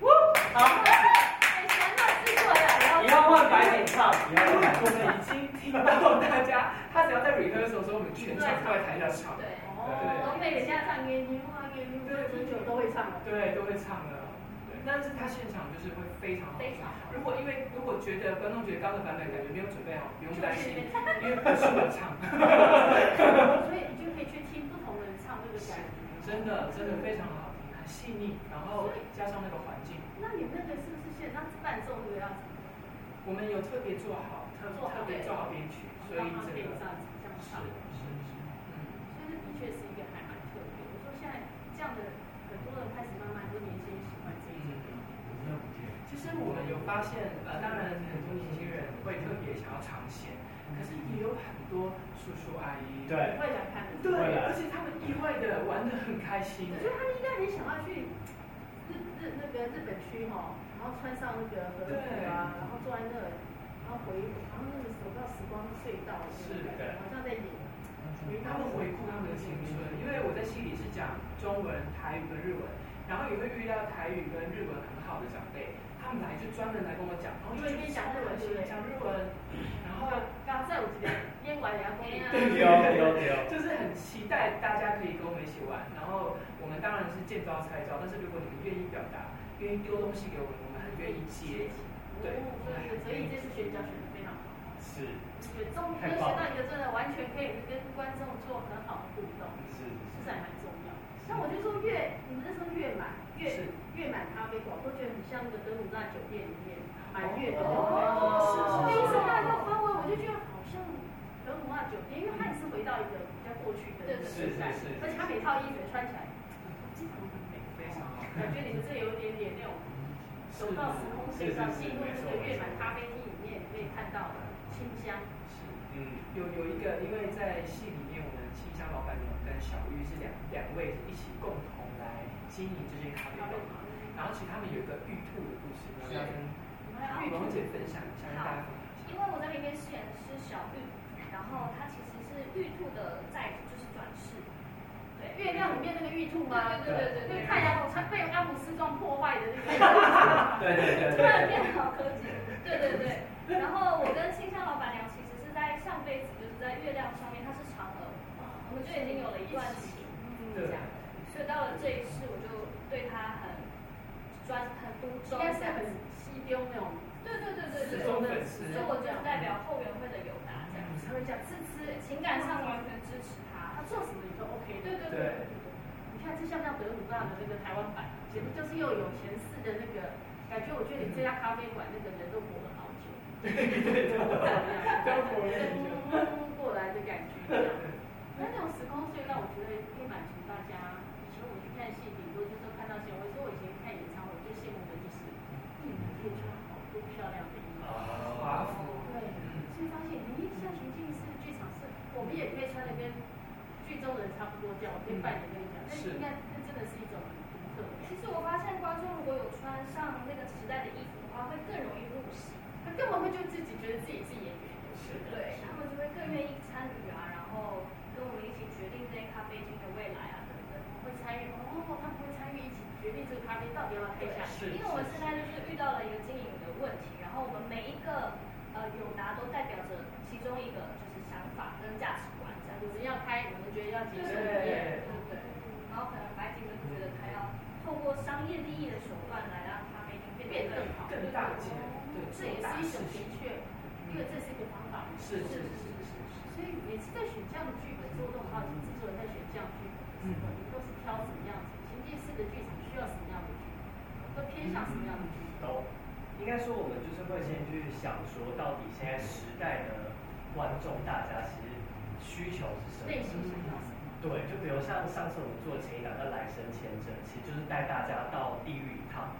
[SPEAKER 4] 梦。
[SPEAKER 2] 好，
[SPEAKER 1] 哎，全都制作人，
[SPEAKER 2] 一万万白点唱，一
[SPEAKER 4] 然
[SPEAKER 2] 万
[SPEAKER 4] 后
[SPEAKER 2] 万
[SPEAKER 4] 我们已经听到大家，他只要在 rehearsal 的时候，我们全场都在台下唱，
[SPEAKER 1] 对，哦，我每下唱给你，哇，给你，对，很久都会唱。
[SPEAKER 4] 对，都会唱的。对，但是他现场就是会非常好
[SPEAKER 3] 非常好
[SPEAKER 4] 如果因为如果觉得观众觉得刚的版本感觉没有准备好，不用担 心，因为不是我唱，
[SPEAKER 1] 所以你就可以去听不同人唱那个感觉。
[SPEAKER 4] 真的真的非常好听，很细腻，然后加上那个环境，
[SPEAKER 1] 那你那个是不是现在伴奏那个样子？
[SPEAKER 4] 我们有特别做好，特
[SPEAKER 1] 做好
[SPEAKER 4] 特别做好编曲，所以
[SPEAKER 1] 他
[SPEAKER 4] 这
[SPEAKER 1] 可以
[SPEAKER 4] 个
[SPEAKER 1] 这样子这样
[SPEAKER 4] 是
[SPEAKER 1] 唱。
[SPEAKER 4] 是是，嗯。
[SPEAKER 1] 所以这的确是一个还蛮特别。我说现在这样的很多人开始慢慢都年轻人喜欢这一
[SPEAKER 4] 嗯
[SPEAKER 1] 种。
[SPEAKER 4] 其实我们有发现，呃，当然很多年轻人会特别想要尝鲜，可是也有很多叔叔阿
[SPEAKER 1] 你
[SPEAKER 4] 姨，
[SPEAKER 2] 对，
[SPEAKER 1] 会来看的。
[SPEAKER 4] 对，
[SPEAKER 2] 会啊来
[SPEAKER 4] 而且他们意外的玩得很开心
[SPEAKER 1] 我。觉得他应该很想要去日日那个日本区哈，然后穿上那个和服啊，然后坐在那，然后回，然后那个走到时光隧道，好像在演。
[SPEAKER 4] 他们回顾他们的青春，因为我在戏里是讲中文、台语跟日文，然后也会遇到台语跟日文很好的长辈，他们来就专门来跟我讲，哦然后就一边讲日文，一边讲日文，然后
[SPEAKER 1] 刚在我这边烟管也要公
[SPEAKER 3] 对
[SPEAKER 2] 丢丢丢，
[SPEAKER 4] 就是很期待大家可以跟我们一起玩。然后我们当然是见招拆招，但是如果你们愿意表达，愿意丢东西给我们，我们很愿意接。对，我们很
[SPEAKER 1] 所
[SPEAKER 4] 愿
[SPEAKER 1] 以这
[SPEAKER 4] 意接
[SPEAKER 1] 次选角选的非常好。
[SPEAKER 2] 是
[SPEAKER 1] 学中科学到一个真的完全可以跟观众做很好的互动，
[SPEAKER 2] 是
[SPEAKER 1] 是还蛮重要。那我就说越你们那时候越满越越满咖啡馆，我都觉得很像那个德鲁纳酒店里面满月的那种感觉。第一次看到氛围，我就觉得好像德鲁纳酒店，因为它也是回到一个比较过去的那个时代，而且它每套衣服穿起来非常很美，
[SPEAKER 4] 非常好。
[SPEAKER 1] 感觉你们这有一点点那种走到时空隧道，进入那个月满咖啡厅里面，可以看到清香。
[SPEAKER 4] 是
[SPEAKER 2] 嗯
[SPEAKER 4] 有有一个，因为在戏里面，我们清香老板娘跟小玉是两两位一起共同来经营这间咖啡馆嘛。然后其实他们有一个玉兔的故事，要跟玉龙姐分享一下，跟大家分享一下。
[SPEAKER 3] 因为我在里面饰演的是小玉，然后她其实是玉兔的债主，就是转世。对，
[SPEAKER 1] 月亮里面那个玉兔吗？
[SPEAKER 3] 对对对对对
[SPEAKER 1] 那个太阳好像被阿姆斯壮破坏的那个。
[SPEAKER 2] 对对对
[SPEAKER 3] 突然
[SPEAKER 2] 对，
[SPEAKER 3] 变好科技，对对对。然后我跟清香老板娘其实是在上辈子就是在月亮已经有了一段情，这样，所以到了这一世，我就对他很专很独
[SPEAKER 1] 应
[SPEAKER 3] 钟。
[SPEAKER 1] 该是很西丢那种，
[SPEAKER 3] 对对对对
[SPEAKER 4] 这
[SPEAKER 3] 对，
[SPEAKER 4] 种粉丝
[SPEAKER 3] 所以我就是代表后援会的友达这样子，
[SPEAKER 1] 才会这样，
[SPEAKER 3] 支持情感上完全支持他
[SPEAKER 1] 他。做什么你都 OK
[SPEAKER 3] 对
[SPEAKER 1] 的。
[SPEAKER 3] 对
[SPEAKER 2] 对
[SPEAKER 3] 对，
[SPEAKER 1] 你看，这像不像德鲁纳的那个台湾版，简直就是又有钱式的那个感觉。我觉得你这家咖啡馆那个人都活了好久，
[SPEAKER 2] 都活了
[SPEAKER 1] 很久，跟过来的感觉一样。那那种时空隧道，我觉得可以满足大家。以前我去看戏，顶多就是看到新闻，说我以前看演唱会最羡慕的就是，嗯，可以穿好多漂亮的衣服。
[SPEAKER 4] 华
[SPEAKER 2] 啊
[SPEAKER 4] 服，
[SPEAKER 1] 对，所以发现，咦，像情境式剧场是，我们也可以穿的跟剧中人差不多这样，我可以扮演那个角色，那应该那真的是一种很独特的感
[SPEAKER 3] 其
[SPEAKER 1] 觉。
[SPEAKER 3] 实我发现观众如果有穿上那个时代的衣服的话，会更容易入戏。
[SPEAKER 1] 他根本会就自己觉得自己是演员，
[SPEAKER 4] 是的，
[SPEAKER 3] 对，他们就会更愿意参与啊，然后跟我们一起决定这间咖啡厅的未来啊等等。
[SPEAKER 1] 会参与哦，他们会参与一起决定这个咖啡到底要不要开
[SPEAKER 3] 对
[SPEAKER 1] 下去。
[SPEAKER 4] 是
[SPEAKER 3] 因为我们现在就是遇到了一个经营的问题，然后我们每一个呃友达都代表着其中一个就是想法跟价值观这样
[SPEAKER 1] 我
[SPEAKER 3] 子。
[SPEAKER 1] 们要开，我们觉得要结束
[SPEAKER 4] 对
[SPEAKER 1] 业，
[SPEAKER 3] 对不对？然后可能白景就觉得他要透过商业利益的手段来让咖啡厅变得更好，
[SPEAKER 4] 更大件，对，
[SPEAKER 1] 这也是一种的确，因为这是一个方法。
[SPEAKER 4] 是是是是是，
[SPEAKER 1] 所以每次在选这样的剧本之后，我都很好奇制作人在选这样的剧本的时候，你们都是挑什么样子？情境式的剧场需要什么样的剧本？都偏向什么样的剧本？
[SPEAKER 2] 都，应该说我们就是会先去想说，到底现在时代的观众大家其实需求是什么
[SPEAKER 1] 类？型想要什么？
[SPEAKER 2] 对，就比如像上次我们做前一档的来生签证，其实就是带大家到地狱一趟，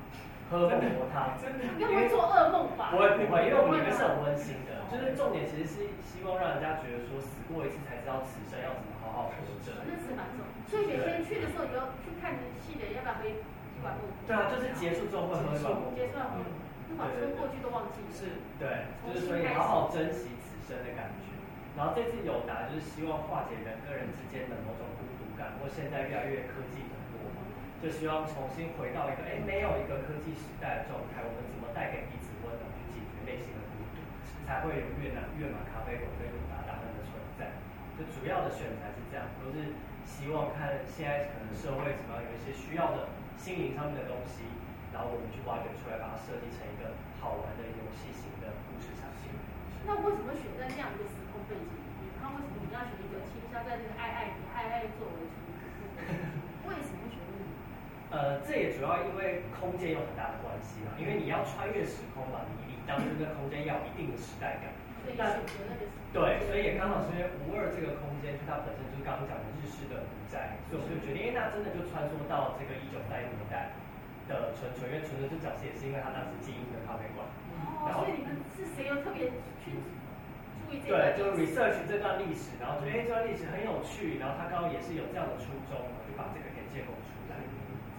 [SPEAKER 2] 喝魔汤。
[SPEAKER 4] 真的
[SPEAKER 1] 你会做噩梦吧？
[SPEAKER 2] 不会不会，因为我们里面是很温馨的，就是重点其实是希望让人家觉得说死过一次才知道此生要怎么好好活着。
[SPEAKER 1] 那是蛮重。所以每天去的时候，你要去看戏的，要不要喝一碗木？
[SPEAKER 2] 对啊，就是结束之后会喝一碗
[SPEAKER 1] 束结束完后，不管说过去都忘记了。
[SPEAKER 4] 是
[SPEAKER 2] 对，就是所以好好珍惜此生的感觉。然后这次友达就是希望化解人跟人之间的某种孤独感，或现在越来越科技很多嘛，就希望重新回到一个哎没有一个科技时代的状态，我们怎么带给彼此温暖，去解决内心的孤独，才会有越南越马咖啡馆跟友达达人的存在。就主要的选材是这样，都是希望看现在可能社会什么有一些需要的心灵上面的东西，然后我们去挖掘出来，把它设计成一个好玩的游戏型的故事产品。
[SPEAKER 1] 那为什么选在那样一个时空背景里面？他为什么你要选一个倾销在这个爱爱以爱爱作为主题？为什么选你？
[SPEAKER 2] 呃，这也主要因为空间有很大的关系啊嘛，因为你要穿越时空嘛，你你当初的空间要有一定的时代感。
[SPEAKER 1] 所以选择那个时空
[SPEAKER 2] 对，所以也
[SPEAKER 1] 哦
[SPEAKER 2] 刚好是因为无二这个空间，就它本身就是刚刚讲的日式的古宅，所以我们就决定，哎，那真的就穿梭到这个一九三零年代的纯纯，因为纯纯这角色也是因为他当时经营的咖啡馆，嗯
[SPEAKER 1] 哦，所以你们是谁有特别去注意这
[SPEAKER 2] 对，
[SPEAKER 1] 个？
[SPEAKER 2] 就 research 这段历史，然后觉得哎这段历史很有趣，然后他刚好也是有这样的初衷，我就把这个给建构出来。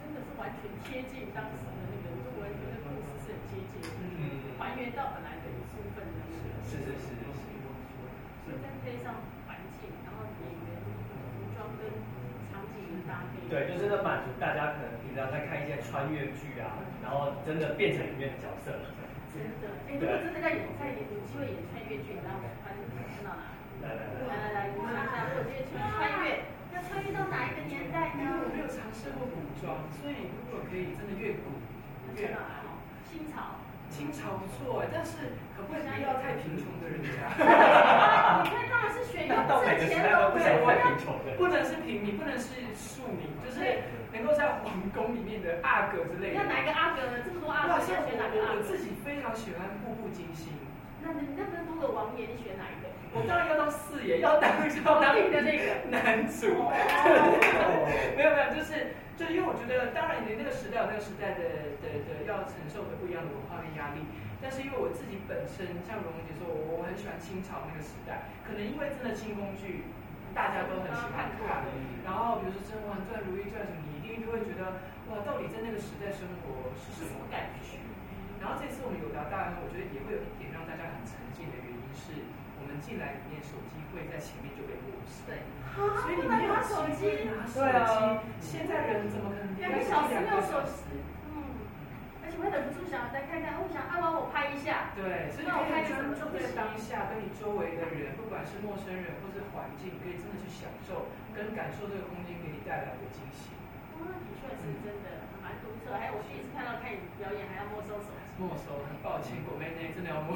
[SPEAKER 1] 真的是完全贴近当时的那个中文的故事是很接近的，
[SPEAKER 2] 嗯
[SPEAKER 1] 还原到本来的一部分的那个，
[SPEAKER 2] 是是是是是，
[SPEAKER 1] 所以再配上环境，然后演员、服装跟场景的搭配，
[SPEAKER 2] 对，就是能满足大家可能平常在看一些穿越剧啊，然后真的变成里面的角色了。
[SPEAKER 1] 真的，哎，如果真的在演在演，有机会演穿越剧，然后反正看到哪？
[SPEAKER 2] 来来来
[SPEAKER 1] 来。来呃来，你看一下，我这个穿越，
[SPEAKER 3] 要穿越到哪一个年代
[SPEAKER 4] 因为我没有尝试过古装，所以如果可以真的越古
[SPEAKER 1] 看
[SPEAKER 4] 越
[SPEAKER 1] 到哪？清朝。
[SPEAKER 4] 清朝不错，但是可不可以不要太贫穷的人家？
[SPEAKER 1] 你看，当然是选用
[SPEAKER 2] 到每
[SPEAKER 1] 之
[SPEAKER 2] 个时
[SPEAKER 1] 前
[SPEAKER 2] 代
[SPEAKER 1] 都
[SPEAKER 2] 都不
[SPEAKER 1] 不
[SPEAKER 2] 想
[SPEAKER 1] 要
[SPEAKER 2] 太贫穷的。
[SPEAKER 4] 不能是平民，不能是庶民，就是能够在皇宫里面的阿哥之类的
[SPEAKER 1] 要。哪一个阿哥呢？这么多阿哥，
[SPEAKER 4] 我好
[SPEAKER 1] 你要
[SPEAKER 4] 像我
[SPEAKER 1] 选哪个阿哥？
[SPEAKER 4] 我我自己非常喜欢《步步惊心》，
[SPEAKER 1] 那你那么多个王爷，你选哪一个？
[SPEAKER 4] 我当然要当四爷，要当要
[SPEAKER 1] 皇
[SPEAKER 4] 当
[SPEAKER 1] 帝的那个。
[SPEAKER 4] 男主。
[SPEAKER 2] 哦
[SPEAKER 4] 没有没有，就是就是因为我觉得，当然你那个时代有那个时代的的的要承受的不一样的文化跟压力，但是因为我自己本身，像蓉蓉姐说，我我很喜欢清朝那个时代，可能因为真的清宫剧大家都很喜欢看，然后比如说《甄嬛传》《如懿传》什么，你一定就会觉得哇，到底在那个时代生活是什么感觉？然后这次我们有达大，我觉得也会有一点让大家很沉浸的原因是，我们进来里面手机会在前面就被没收。
[SPEAKER 3] 对，
[SPEAKER 4] 所以你没有手机，拿手机。现在人怎么可能
[SPEAKER 1] 两个小时没有手
[SPEAKER 4] 机？
[SPEAKER 1] 嗯，而且我在会忍不住想要再看看，哦我想阿劳我拍一下，
[SPEAKER 4] 对，所以你可以专注在当下，跟你周围的人，不管是陌生人或是环境，可以真的去享受跟感受这个空间给你带来的惊喜。
[SPEAKER 1] 哦，那的确是真的蛮独特，还有我去一次看到看你表演还要没收手机，
[SPEAKER 4] 没收，很抱歉，果妹那真的要没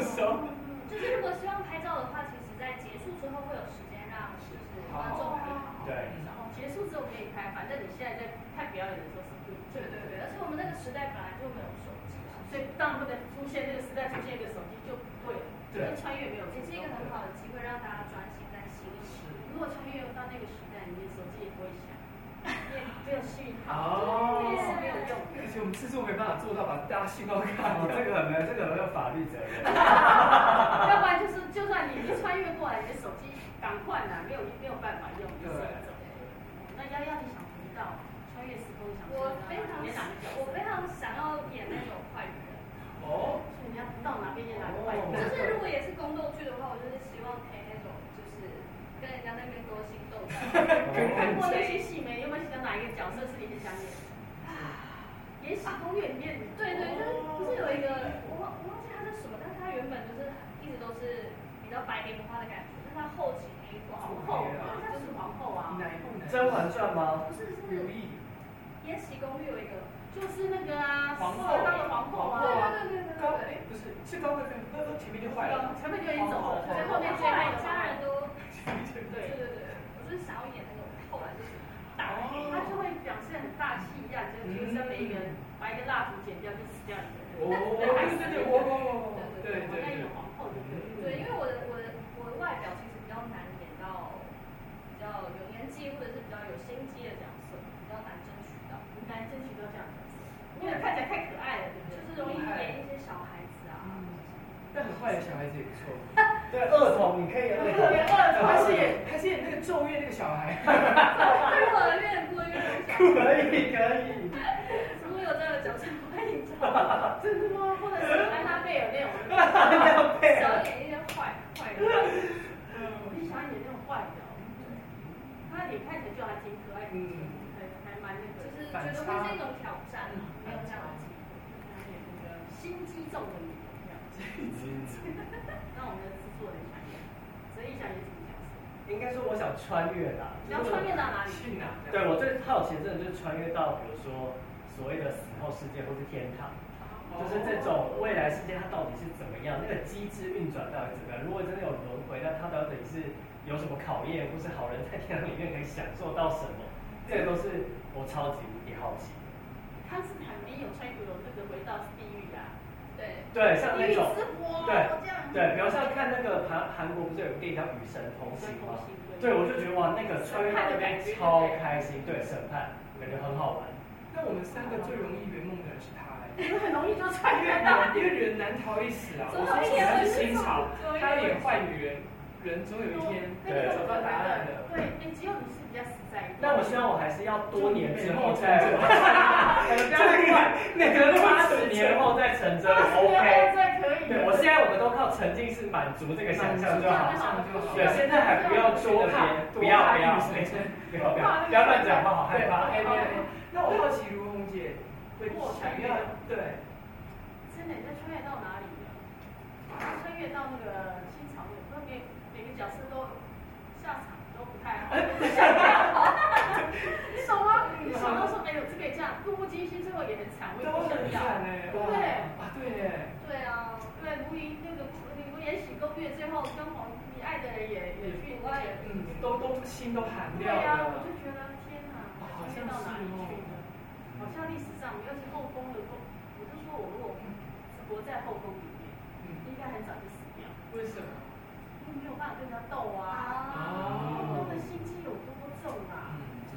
[SPEAKER 4] 收。
[SPEAKER 3] 就是如果希望拍照的话，其实在结束之后会有时间让就是观众可以好好
[SPEAKER 2] 对
[SPEAKER 1] 然后结束之后可以拍，反正你现在在看表演的时候是不
[SPEAKER 3] 对对对，而且我们那个时代本来就没有手机啊，
[SPEAKER 1] 所以当然不能出现那个时代出现一个手机就不会了，跟
[SPEAKER 4] 对
[SPEAKER 1] 穿越没有关
[SPEAKER 3] 也是
[SPEAKER 1] 系
[SPEAKER 3] 一个很好的机会让大家专心在心里。
[SPEAKER 1] 如果穿越到那个时代，你的手机也不会响，你也没有信号，
[SPEAKER 4] 哦
[SPEAKER 1] 也是没有用的。
[SPEAKER 4] 而且我们制作没办法做到把大家信号卡
[SPEAKER 2] 哦，
[SPEAKER 4] 掉
[SPEAKER 2] 这。个没有，这个没有法律责任。
[SPEAKER 1] 要不然就是，就算你一穿越过来，你的手机赶快啦，没有没有办法用，就是走。那丫丫，你想知道穿越时空，想
[SPEAKER 3] 我非常
[SPEAKER 1] 演哪一角？
[SPEAKER 3] 我非常想要演那种坏人，
[SPEAKER 4] 哦，
[SPEAKER 1] 是你要到哪边演哪块？
[SPEAKER 3] 就是如果也是宫斗剧的话，我就是希望陪那种就是跟人家那边勾心斗角。
[SPEAKER 1] 你看过那些戏没？有没有想哪一个角色是你很想演？《延禧攻略》里面，
[SPEAKER 3] 对对，就是不是有一个我忘我忘记他是什么，但是他原本就是一直都是比较白莲花的感觉，但他后期那一
[SPEAKER 1] 皇
[SPEAKER 3] 部
[SPEAKER 1] 后，她是皇后啊，
[SPEAKER 4] 哪一部呢？
[SPEAKER 2] 《甄嬛传》吗？
[SPEAKER 3] 不
[SPEAKER 4] 如
[SPEAKER 3] 是是《
[SPEAKER 4] 意。
[SPEAKER 3] 延禧攻略》有一个，
[SPEAKER 1] 就是那个啊，当了皇后
[SPEAKER 4] 皇后
[SPEAKER 1] 啊，
[SPEAKER 4] 啊
[SPEAKER 3] 对对对
[SPEAKER 4] 高
[SPEAKER 3] 对
[SPEAKER 4] 哎，不是，是高贵妃，那那前面就坏了。
[SPEAKER 1] 前面就已经走了，在后
[SPEAKER 3] 后
[SPEAKER 1] 面
[SPEAKER 3] 面
[SPEAKER 1] 最
[SPEAKER 3] 后
[SPEAKER 1] 后
[SPEAKER 3] 来
[SPEAKER 1] 一
[SPEAKER 3] 家人都
[SPEAKER 1] 对
[SPEAKER 3] 对对。对对，我就是想要演那种后来就是
[SPEAKER 1] 打
[SPEAKER 3] 打
[SPEAKER 1] 黑，他就会表现很大气一样，就是比如说每一个人把一个蜡烛剪掉就死掉一个人。
[SPEAKER 4] 哦，对对对，我我我，哦对对
[SPEAKER 1] 那
[SPEAKER 4] 对
[SPEAKER 1] 演。皇后对不对？
[SPEAKER 3] 对，因为我的我的我的外表其实比较难演到比较有年纪或者是比较有心机的角色，比较难争取到，
[SPEAKER 1] 应该争取到这样的角色，因为看起来太可爱了，对不对？
[SPEAKER 3] 就是容易演一些小孩子啊。
[SPEAKER 4] 但很坏的小孩子也不错。
[SPEAKER 2] 对，恶童，你可以恶
[SPEAKER 1] 特别
[SPEAKER 2] 童。
[SPEAKER 1] 恶
[SPEAKER 4] 他
[SPEAKER 1] 搞
[SPEAKER 4] 是演他是演那个咒怨那个小孩。
[SPEAKER 3] 那如果越过越
[SPEAKER 2] 可
[SPEAKER 3] 小，
[SPEAKER 2] 以，可以。
[SPEAKER 3] 如果有这样的角色，我会演
[SPEAKER 1] 真的吗？或者是安娜贝尔那种，
[SPEAKER 3] 想演一些坏坏人。
[SPEAKER 1] 我就想演那种坏的，他脸看起来就还挺可爱的，对，还蛮那个，
[SPEAKER 3] 就
[SPEAKER 1] 就是
[SPEAKER 3] 是觉得会是一种挑战嘛，没有这样的机会。
[SPEAKER 1] 演那个心机重的女人这样子。那我们的制作人想演，所以想演什么角色？
[SPEAKER 2] 应该说我想穿越啦。
[SPEAKER 1] 你要穿越到哪里？
[SPEAKER 4] 去哪？
[SPEAKER 2] 对，我最好奇的真的就是穿越到，比如说所谓的死后世界或是天堂，就是这种未来世界它到底是怎么样，那个机制运转到底怎么样？如果真的有轮回，那它到底是有什么考验，或是好人在天堂里面可以享受到什么？这个都是我超级无敌好奇的。
[SPEAKER 1] 康斯坦没有穿越有那个回到地狱啊，
[SPEAKER 3] 对，
[SPEAKER 2] 对，像那种
[SPEAKER 1] 地狱之火，
[SPEAKER 2] 对
[SPEAKER 1] 这样
[SPEAKER 2] 对，比如像看那个韩韩国不是有个电影叫《与神同行》吗？对，我就觉得哇，那个穿越到那边超开心，对，审判感觉很好玩。
[SPEAKER 4] 那我们三个最容易圆梦的人是他哎。
[SPEAKER 1] 你们很容易就穿越到。
[SPEAKER 4] 因为人难逃一死啊！我说只要是新潮，他演坏女人，人总有一天会找到答案的。
[SPEAKER 1] 对，哎，只有你是比较实在一点。
[SPEAKER 2] 但我希望我还是要
[SPEAKER 4] 啊
[SPEAKER 2] 多年之后
[SPEAKER 4] 不
[SPEAKER 2] 再，
[SPEAKER 4] 要太快，
[SPEAKER 2] 那个八十年后再成真，OK。
[SPEAKER 1] 这可以。
[SPEAKER 2] 对，我现在我们都靠沉浸式满足这个想象就好。对，现在还不要捉别，不要不要，不要不要，不要乱讲话，好害
[SPEAKER 4] 对吧
[SPEAKER 2] 怕。
[SPEAKER 4] 哎，那我好奇如虹姐会想要对，
[SPEAKER 1] 真的，你在穿越到哪里了？穿越到那个清朝的，那每每个角色都下场都不太 好。 你懂吗？你想到说，哎呦，这个也这样，步步惊心，最后也很惨，我也
[SPEAKER 4] 都
[SPEAKER 1] 不想
[SPEAKER 4] 很
[SPEAKER 1] 要。
[SPEAKER 4] 惨哎，啊对哎，
[SPEAKER 3] 对啊，
[SPEAKER 1] 对，吴云那个那个《延禧攻略》最后跟黄你爱的人也也去国外。
[SPEAKER 4] 嗯，都都心都寒
[SPEAKER 1] 对
[SPEAKER 4] 掉
[SPEAKER 1] 呀、
[SPEAKER 4] 了
[SPEAKER 1] 我。就觉得天哪，
[SPEAKER 4] 哦好
[SPEAKER 1] 穿越
[SPEAKER 4] 像
[SPEAKER 1] 到哪
[SPEAKER 4] 是
[SPEAKER 1] 里去
[SPEAKER 4] 哦
[SPEAKER 1] 了？好像历史上，尤其后宫的宫，我就说我如果活在后宫里面，
[SPEAKER 4] 嗯，
[SPEAKER 1] 应该很早就死掉，
[SPEAKER 4] 为什么？
[SPEAKER 1] 因为没有办法跟人家斗啊。
[SPEAKER 3] 啊，
[SPEAKER 1] 后宫的心机有多重啊！
[SPEAKER 4] 嗯，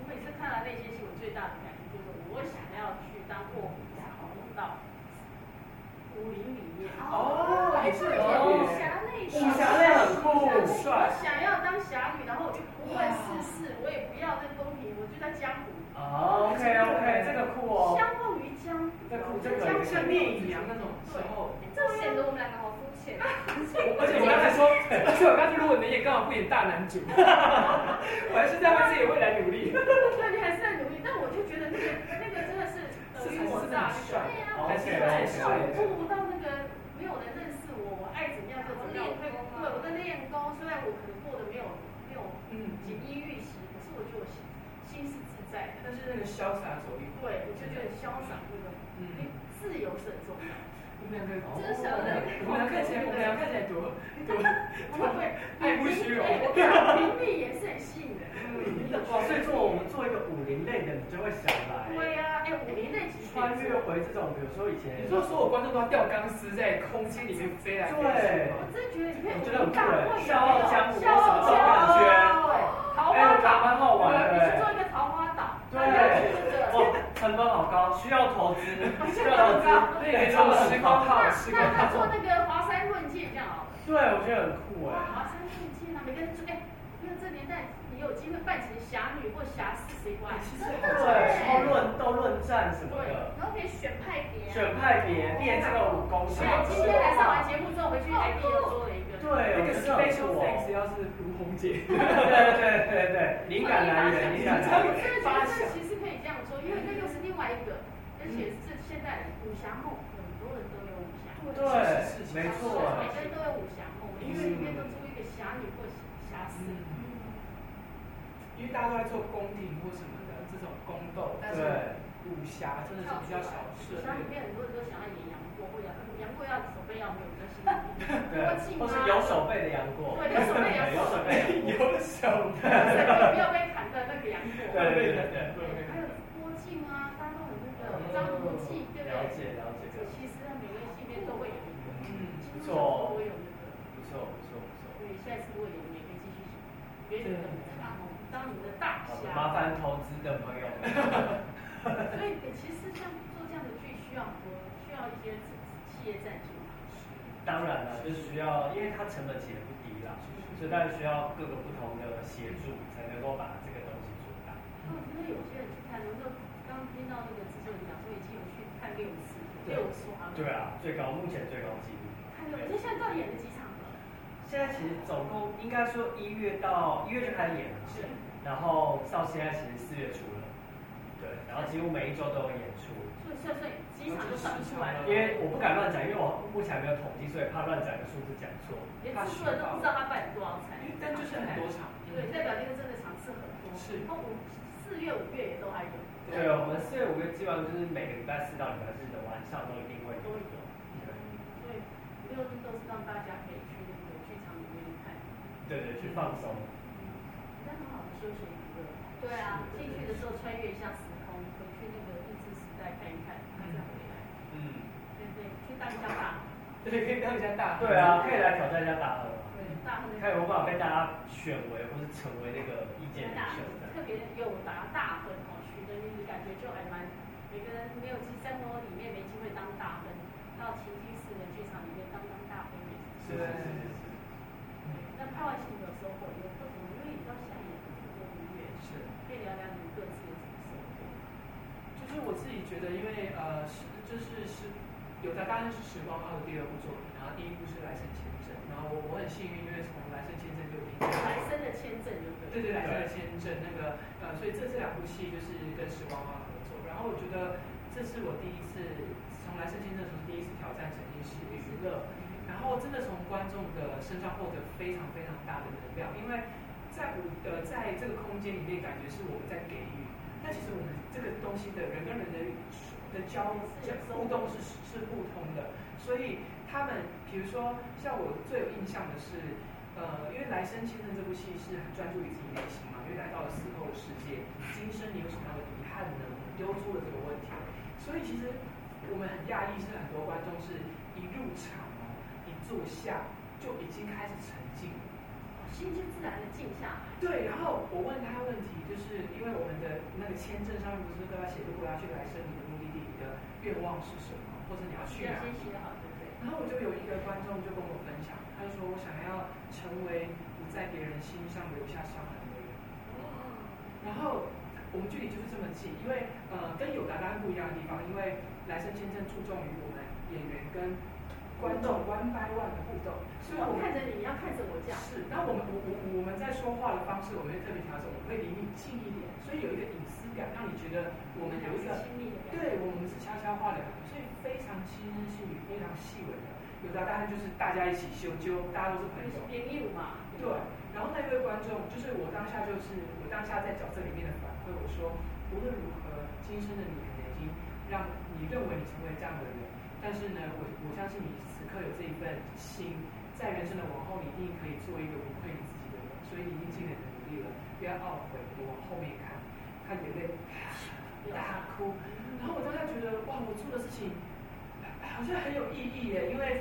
[SPEAKER 1] 我每次看到那些新闻，最大的感觉就是我想要去当卧虎藏龙到武林里面。
[SPEAKER 4] 哦，也是
[SPEAKER 3] 武侠类型，
[SPEAKER 2] 武侠类很酷，
[SPEAKER 1] 我想要当侠女，然后我就不问世事，我也不要那宫廷，我就在江湖。
[SPEAKER 2] 哦，OK OK，这个酷哦。
[SPEAKER 1] 相忘于江湖，哎
[SPEAKER 2] 这酷，这
[SPEAKER 4] 像
[SPEAKER 2] 个
[SPEAKER 4] 像聂隐娘那种时候，
[SPEAKER 3] 这显得我们两个好肤浅。
[SPEAKER 4] 而且我刚才说，而且我刚才说，如果能演刚好不演大男主， 我还是在为自己的未来努力。
[SPEAKER 1] 对，你还是在努力，但我就觉得那个那个真的是，呃
[SPEAKER 4] 这才
[SPEAKER 1] 逼我
[SPEAKER 4] 是
[SPEAKER 1] 炸
[SPEAKER 4] 很
[SPEAKER 1] 那
[SPEAKER 4] 帅
[SPEAKER 1] 个，对呀，
[SPEAKER 2] OK，OK，OK
[SPEAKER 1] 我很帅，我做不到那个没有人认识我，我爱怎么样就怎么样，我在对我在练功，虽然我可能过得没有没有
[SPEAKER 4] 嗯，
[SPEAKER 1] 锦衣玉食，可是我觉得我心心是自在的，
[SPEAKER 4] 但是那个潇洒走一步，
[SPEAKER 1] 对，我就觉得潇洒那个，
[SPEAKER 4] 嗯，
[SPEAKER 1] 自由是很重要的。
[SPEAKER 4] 我们两个，
[SPEAKER 3] 真是小的
[SPEAKER 4] 我们俩看起来，我们俩看起来多 多
[SPEAKER 1] 我会不会
[SPEAKER 4] 爱慕虚荣。
[SPEAKER 1] 我看灵力也是很吸引人。
[SPEAKER 2] 哇，哦所以做我们做一个武林类的，你就会想来
[SPEAKER 1] 对呀，哎，武林那几
[SPEAKER 2] 穿越回这种，比如说以前
[SPEAKER 4] 你说所有观众都要吊钢丝在空气里面飞来飞
[SPEAKER 1] 我
[SPEAKER 4] 去吗？
[SPEAKER 1] 真觉得里面
[SPEAKER 2] 我
[SPEAKER 1] 武
[SPEAKER 2] 觉得很
[SPEAKER 1] 林
[SPEAKER 2] 酷
[SPEAKER 1] 大会有没
[SPEAKER 2] 哎，
[SPEAKER 1] 有
[SPEAKER 2] 笑傲江湖
[SPEAKER 1] 笑傲
[SPEAKER 2] 这种感
[SPEAKER 1] 江湖，
[SPEAKER 2] 觉，
[SPEAKER 1] 对，桃
[SPEAKER 2] 哎，
[SPEAKER 1] 花
[SPEAKER 2] 我觉得蛮
[SPEAKER 1] 岛，
[SPEAKER 2] 好玩
[SPEAKER 1] 你去
[SPEAKER 2] 的
[SPEAKER 1] 做。一个桃花岛，
[SPEAKER 2] 对，
[SPEAKER 1] 那要去那个。
[SPEAKER 2] 哇，哦成本好高，需要投资，需要投资，
[SPEAKER 4] 那也叫时光
[SPEAKER 1] 那
[SPEAKER 4] 号，时光
[SPEAKER 1] 那那做
[SPEAKER 4] 号。
[SPEAKER 1] 那个华山论剑这样好了。
[SPEAKER 2] 对，我觉得很酷
[SPEAKER 1] 哇，
[SPEAKER 2] 哎。
[SPEAKER 1] 华山论剑啊，每个人就哎，因为这年代你有机会扮成侠女或侠士，谁不爱？
[SPEAKER 4] 哎其实
[SPEAKER 2] 对，然后论斗、论战什么的，
[SPEAKER 3] 然后可以选派别、啊，
[SPEAKER 2] 选派别练这个武功什
[SPEAKER 1] 哎
[SPEAKER 2] 么，
[SPEAKER 1] 今天来上完节目之后，回去 ID 又多了一个。
[SPEAKER 2] 对，
[SPEAKER 4] 那个
[SPEAKER 2] 我觉得很
[SPEAKER 4] special
[SPEAKER 2] 酷
[SPEAKER 4] thanks
[SPEAKER 2] 哦。
[SPEAKER 4] 要是如红姐，
[SPEAKER 2] 对对对对，灵感来源，灵感来
[SPEAKER 1] 我
[SPEAKER 2] 源。
[SPEAKER 1] 真的觉得这其实可以这样说，因为那又是另外一个，而且是现代武侠梦，很多人都有武侠梦，
[SPEAKER 2] 对，没错。
[SPEAKER 1] 每个人都有武侠梦，每个人里面都出一个侠女或侠士。
[SPEAKER 4] 嗯，因为大家都在做宫廷或什么的这种宫斗，但是
[SPEAKER 2] 对，
[SPEAKER 4] 武侠真的是比较少涉
[SPEAKER 1] 侠里
[SPEAKER 4] 猎。
[SPEAKER 1] 面很多人都想要演杨过或杨杨过要手背要没有在心里，多
[SPEAKER 2] 对，
[SPEAKER 1] 近
[SPEAKER 2] 或
[SPEAKER 1] 吗？
[SPEAKER 2] 是有 手背的杨过，
[SPEAKER 1] 对，有手背杨
[SPEAKER 2] 有手
[SPEAKER 1] 过，
[SPEAKER 2] 背杨过，
[SPEAKER 4] 有手
[SPEAKER 1] 不要被砍的那个杨过。
[SPEAKER 2] 对对对对，
[SPEAKER 1] 对，还有郭靖啊，大家都很那个张无忌，对不
[SPEAKER 2] 了
[SPEAKER 1] 对？
[SPEAKER 2] 解了
[SPEAKER 1] 这
[SPEAKER 2] 解，
[SPEAKER 1] 其实在每个人心里面都会有一个。
[SPEAKER 4] 嗯，
[SPEAKER 1] 不错，我有那个，
[SPEAKER 2] 不错不错不
[SPEAKER 1] 所
[SPEAKER 2] 错。
[SPEAKER 1] 以下次我有也可以继续写。别觉得这大红当你的大
[SPEAKER 2] 好的，
[SPEAKER 1] 侠，
[SPEAKER 2] 麻烦投资的朋友们。
[SPEAKER 1] 所以其实像做这样的剧需要很多，需要一些企业赞助。
[SPEAKER 2] 当然了，就是需要，因为它成本其实不低啦，所以当然需要各个不同的协助，才能够把这个东西做大。
[SPEAKER 1] 那我觉得有些人去看，如果刚刚听到那个制作人讲说已经有去看六次，六刷了，
[SPEAKER 2] 对啊，最高目前最高纪录。
[SPEAKER 1] 看六，我就现在到底演了几场了？
[SPEAKER 2] 现在其实总共应该说一月到一月就开始演了，然后到现在其实四月初了，对，然后几乎每一周都有演出。
[SPEAKER 1] 所以算算几场就算不出来了，
[SPEAKER 2] 因为我不敢乱讲，因为我目前还没有统计，所以怕乱讲个数字讲错。
[SPEAKER 1] 连制作人都不知道他办了多少场。
[SPEAKER 4] 因为但就是很多场，
[SPEAKER 1] 对，代表那个真的场次很多。
[SPEAKER 4] 是
[SPEAKER 1] 然后五四月、五月也都还有。
[SPEAKER 2] 对，我们四月五月基本上就是每个礼拜四到礼拜日的晚上都一定会
[SPEAKER 1] 都
[SPEAKER 2] 有
[SPEAKER 1] 有。。嗯所以六日都是让大家可以去那个剧场里面看，
[SPEAKER 2] 对对，去放松。
[SPEAKER 1] 但很好的休闲娱乐。
[SPEAKER 3] 对啊，
[SPEAKER 1] 进去的时候穿越一下时空，回去那个日治时代看一看，然后再回来。
[SPEAKER 2] 嗯，
[SPEAKER 1] 对对，去当一下大亨。
[SPEAKER 4] 对，可以当一下大。
[SPEAKER 2] 对啊，可以来挑战一下大二嘛，
[SPEAKER 1] 对，大亨
[SPEAKER 2] 看有没有办法被大家选为或是成为那个意见领
[SPEAKER 1] 大
[SPEAKER 2] 袖
[SPEAKER 1] 亨
[SPEAKER 2] 这样。
[SPEAKER 1] 特别有达大亨哦，取的名字感觉就还蛮，每个人没有其实生活里面没机会当大亨，到情境式的剧场里面当当大亨也是。
[SPEAKER 2] 是是是是是。嗯
[SPEAKER 1] 那拍完戏有收获，有不同，因为你到现在也这么多音乐，
[SPEAKER 4] 是。
[SPEAKER 1] 可以聊聊你各自有什么收获。
[SPEAKER 4] 就是我自己觉得，因为呃，是就是是有的当然是《时光号》的第二部作品，然后第一部是《来生签证》，然后我我很幸运，因为从《来生签证》就已经
[SPEAKER 1] 来生的签证就对
[SPEAKER 4] 对
[SPEAKER 1] 了。
[SPEAKER 4] 对，来生的签证那个呃，所以这这两部戏就是跟时光妈妈合作，然后我觉得这是我第一次从来生签证的时候第一次挑战沉浸式娱乐，然后真的从观众的身上获得非常非常大的能量，因为在我呃在这个空间里面，感觉是我们在给予，但其实我们这个东西的人跟人的的交交互动是是互通的，所以他们比如说像我最有印象的是。呃，因为《来生签证》这部戏是很专注于自己内心嘛，因为来到了死后的世界，今生你有什么样的遗憾呢？我们丢出了这个问题，所以其实我们很讶异，是很多观众是一入场哦，一坐下就已经开始沉浸了。
[SPEAKER 1] 心就自然的静下来。
[SPEAKER 4] 对，然后我问他问题，就是因为我们的那个签证上面不是都要写，如果要去来生你的目的地，你的愿望是什么，或者你要去
[SPEAKER 1] 要
[SPEAKER 4] 哪
[SPEAKER 1] 先
[SPEAKER 4] 里？
[SPEAKER 1] 写好，对不对？
[SPEAKER 4] 然后我就有一个观众就跟我分享，他就说我想要成为不在别人心上留下伤痕的人。然后我们距离就是这么近，因为呃跟有达达不一样的地方，因为来生签证注重于我们演员跟观众 one by one 的互动，所以
[SPEAKER 1] 我
[SPEAKER 4] 我们
[SPEAKER 1] 看着你要看着我这样，
[SPEAKER 4] 是，那我们我我我们在说话的方式，我们会特别调整，我们会离你近一点，所以有一个隐私感，让你觉得我们有一个
[SPEAKER 1] 亲密的感觉。
[SPEAKER 4] 对，我们是悄悄话的，所以非常细腻细语，非常细微的。有的当然就是大家一起修纠，大家都是朋
[SPEAKER 1] 就
[SPEAKER 4] 友
[SPEAKER 1] 是。别扭嘛。
[SPEAKER 4] 对，然后那位观众就是我当下就是我当下在角色里面的反馈，我说无论如何，今生的你可能已经让你认为你成为这样的人，但是呢，我我相信你此刻有这一份心，在人生的往后，你一定可以做一个无愧于自己的人，所以你已经尽了你的努力了，不要懊悔，你往后面看，他眼泪 大哭，然后我当下觉得哇，我做的事情好像很有意义耶，因为。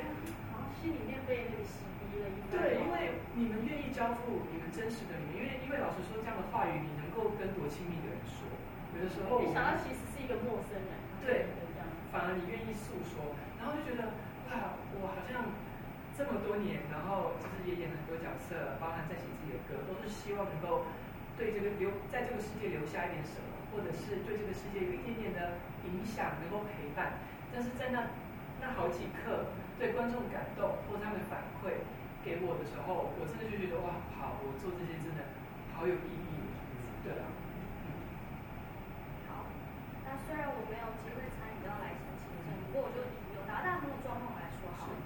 [SPEAKER 1] 好像心里面被那个洗涤了一番。
[SPEAKER 4] 对，因为你们愿意交付你们真实的你们，因为因为老实说，这样的话语你能够跟多亲密的人说，有的时候
[SPEAKER 1] 没想到其实是一个陌生人。
[SPEAKER 4] 对
[SPEAKER 1] 这样。
[SPEAKER 4] 反而你愿意诉说，然后就觉得哇，我好像这么多年，然后就是也演了很多角色，包含在写自己的歌，都是希望能够对这个留在这个世界留下一点什么，或者是对这个世界有一点点的影响，能够陪伴。但是在那那好几刻，对观众感动或他们的反馈给我的时候，我真的就觉得哇，好，我做这些真的好有意义，对啊，
[SPEAKER 3] 好，那虽然我没有机会参与到来生签证，不过我就以有达到他们的状况来说好了。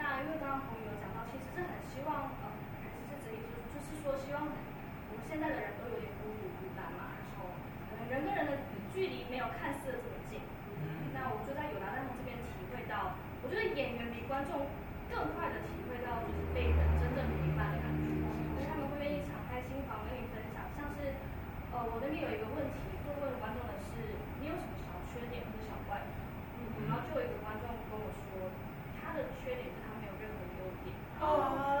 [SPEAKER 3] 那因为刚刚朋友有讲到，其实是很希望，呃，还是这里就是就是说，希望我们现在的人都有点孤独孤单嘛，然后可能人跟人的距离没有看似的这么近。
[SPEAKER 4] 嗯，
[SPEAKER 3] 那我就在有达大众这边体会到，我觉得演员比观众更快的体会到就是被人真正陪伴的感觉，因为他们会愿意敞开心房跟你分享。像是呃，我那边有一个问题，会问观众的是你有什么小缺点或者小怪？嗯，然后就有一个观众跟我说，他的缺点是他没有任何优点。
[SPEAKER 1] 哦，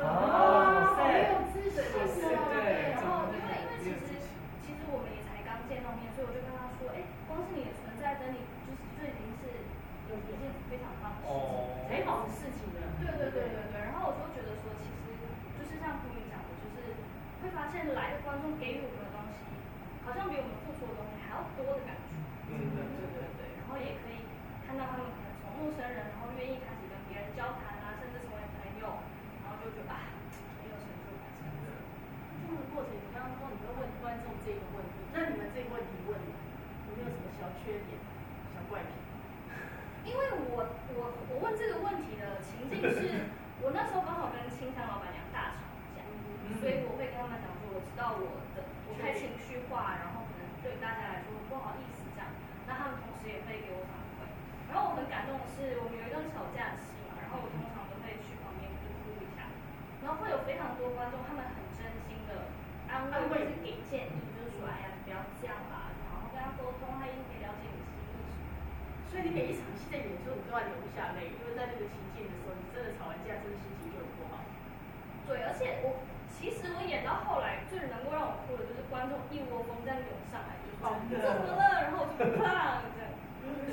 [SPEAKER 1] 好有知识
[SPEAKER 3] 啊
[SPEAKER 4] 好
[SPEAKER 1] 哦，
[SPEAKER 4] 是对，
[SPEAKER 1] 然
[SPEAKER 3] 然
[SPEAKER 1] 后
[SPEAKER 3] 后因为因为其实其实我们也才刚见到面，所以我就跟他说，哎，光是你的存在跟你就是就已经是有一件非常棒的事情。
[SPEAKER 2] 哦
[SPEAKER 1] 美好的事情呢。
[SPEAKER 3] 对对对对对。然后我就觉得说，其实就是像朋友讲的，就是呃会发现来的观众给予我们的东西，好像比我们付出的东西还要多的感觉。
[SPEAKER 2] 嗯
[SPEAKER 3] 对对对对。然后也可以看到他们可能从陌生人，然后愿意开始跟别人交谈啊，甚至成为朋友，然后就觉得啊，很有成就感。
[SPEAKER 4] 真的。
[SPEAKER 1] 这个过程，你刚刚说你会问观众这个问题，那你们这个问题问了，有没有什么小缺点、小怪癖？
[SPEAKER 3] 因为我我我问这个问题的情境 是，我那时候刚好跟青山老板娘大吵架，所以我会跟他们讲说，我知道我的我太情绪化，然后可能对大家来说不好意思这样。那他们同时也会给我反馈，然后我很感动的是，我们有一段吵架的戏嘛，然后我通常都会去旁边就哭一下，然后会有非常多观众，他们很真心的安慰，
[SPEAKER 1] 安慰
[SPEAKER 3] 或者是给建议，就是说，哎呀，不要这样啦，然后跟他沟通，他一定可以了解你的心意什么的。
[SPEAKER 1] 所以你每一场戏在演出，你都要流下泪，因为在那个情境的时候，你真的吵完架，真的心情就很不好。
[SPEAKER 3] 对，而且我其实我演到后来最能够让我哭的就是观众一窝蜂这样涌上来，就是
[SPEAKER 1] 哦
[SPEAKER 3] 说
[SPEAKER 4] 真的
[SPEAKER 3] 怎么了？然后我就啪这 样。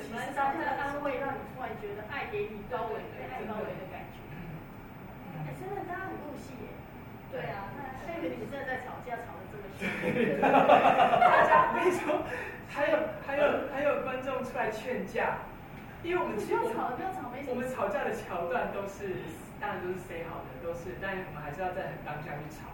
[SPEAKER 1] 其实大家的安慰，让你突然觉得爱给你包围，被爱包围的感觉。
[SPEAKER 4] 嗯
[SPEAKER 1] 哎，真的，大家很入戏耶。
[SPEAKER 3] 对啊，那
[SPEAKER 1] 下一个你真的在吵架，吵得这 么凶。
[SPEAKER 4] 大家， 我跟你说，还有还有还有观众出来劝架，因为我们
[SPEAKER 1] 不
[SPEAKER 4] 其实
[SPEAKER 1] 要
[SPEAKER 4] 我
[SPEAKER 1] 吵，
[SPEAKER 4] 们
[SPEAKER 1] 不要吵，没什
[SPEAKER 4] 我
[SPEAKER 1] 么
[SPEAKER 4] 们。吵架的桥段都是，当然都是 say 好的，都是，但我们还是要在很当下去吵。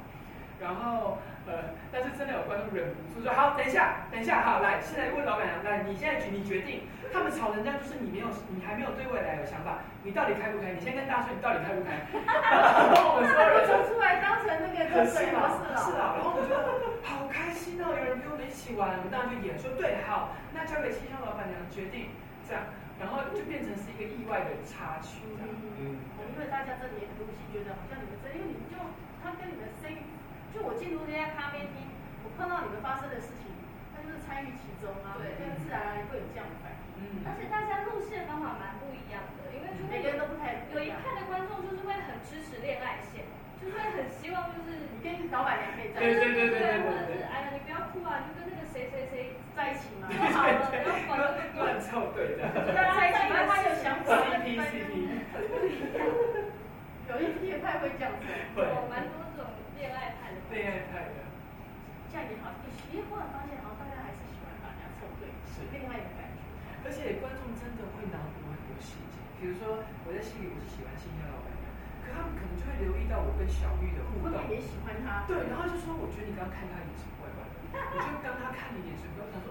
[SPEAKER 4] 然后呃，但是真的有观众忍不住说，好，等一下，等一下，好，来，现在问老板娘，来，你现在决你决定，他们吵成这样，就是你没有，你还没有对未来有想法，你到底开不开？你先跟大家说你到底开 不开？然后我们所有人
[SPEAKER 1] 我
[SPEAKER 4] 都
[SPEAKER 1] 走出来当成那个
[SPEAKER 4] 可
[SPEAKER 1] 真
[SPEAKER 4] 是
[SPEAKER 1] 正
[SPEAKER 4] 啊，
[SPEAKER 1] 模式
[SPEAKER 4] 是
[SPEAKER 1] 了。
[SPEAKER 4] 啊，然后我觉得好开心哦，有人陪我们一起玩，我们当然就演说对，好，那交给气象老板娘决定，这样，然后就变成是一个意外的插曲，这样。
[SPEAKER 2] 嗯
[SPEAKER 1] 因为大家真的也很入戏，觉得好像你们真，因为你们就他跟你们 say，就我进入这家咖啡厅，我碰到你们发生的事情，他就是参与其中啊，
[SPEAKER 3] 对
[SPEAKER 1] 这样自然而然会有这样的反应。
[SPEAKER 4] 嗯
[SPEAKER 3] 而且大家录戏的方法蛮不一样的，因为就
[SPEAKER 1] 每
[SPEAKER 3] 会
[SPEAKER 1] 个人都
[SPEAKER 3] 有
[SPEAKER 1] 不太
[SPEAKER 3] 有一派的观众就是会很支持恋爱线，就是会很希望就是
[SPEAKER 1] 你跟老板娘可以在
[SPEAKER 4] 对对对对对
[SPEAKER 3] 或者是哎呀你不要哭啊，你就跟那个谁谁谁
[SPEAKER 1] 在一起嘛，
[SPEAKER 3] 就好了，不要管那么多。
[SPEAKER 4] 乱凑对的，
[SPEAKER 1] 跟他在一起，他有想法，
[SPEAKER 4] CP CP
[SPEAKER 1] 很不一样。有一批派会这样子，
[SPEAKER 4] 对，
[SPEAKER 3] 有蛮多种恋爱派的。
[SPEAKER 4] 恋爱派的，
[SPEAKER 1] 这样也好。你忽然发现，好像大家还是喜欢把人家凑对，
[SPEAKER 4] 是
[SPEAKER 1] 另外一个感觉。
[SPEAKER 4] 而且观众真的会脑补很多细节，比如说我在戏里我是喜欢新鲜老板娘，可他们可能就会留意到我跟小玉的互
[SPEAKER 1] 会不
[SPEAKER 4] 动
[SPEAKER 1] 会。也喜欢他？
[SPEAKER 4] 对，然后就说我觉得你刚刚看他眼神怪怪的，我就刚刚看你眼神怪怪的，他说，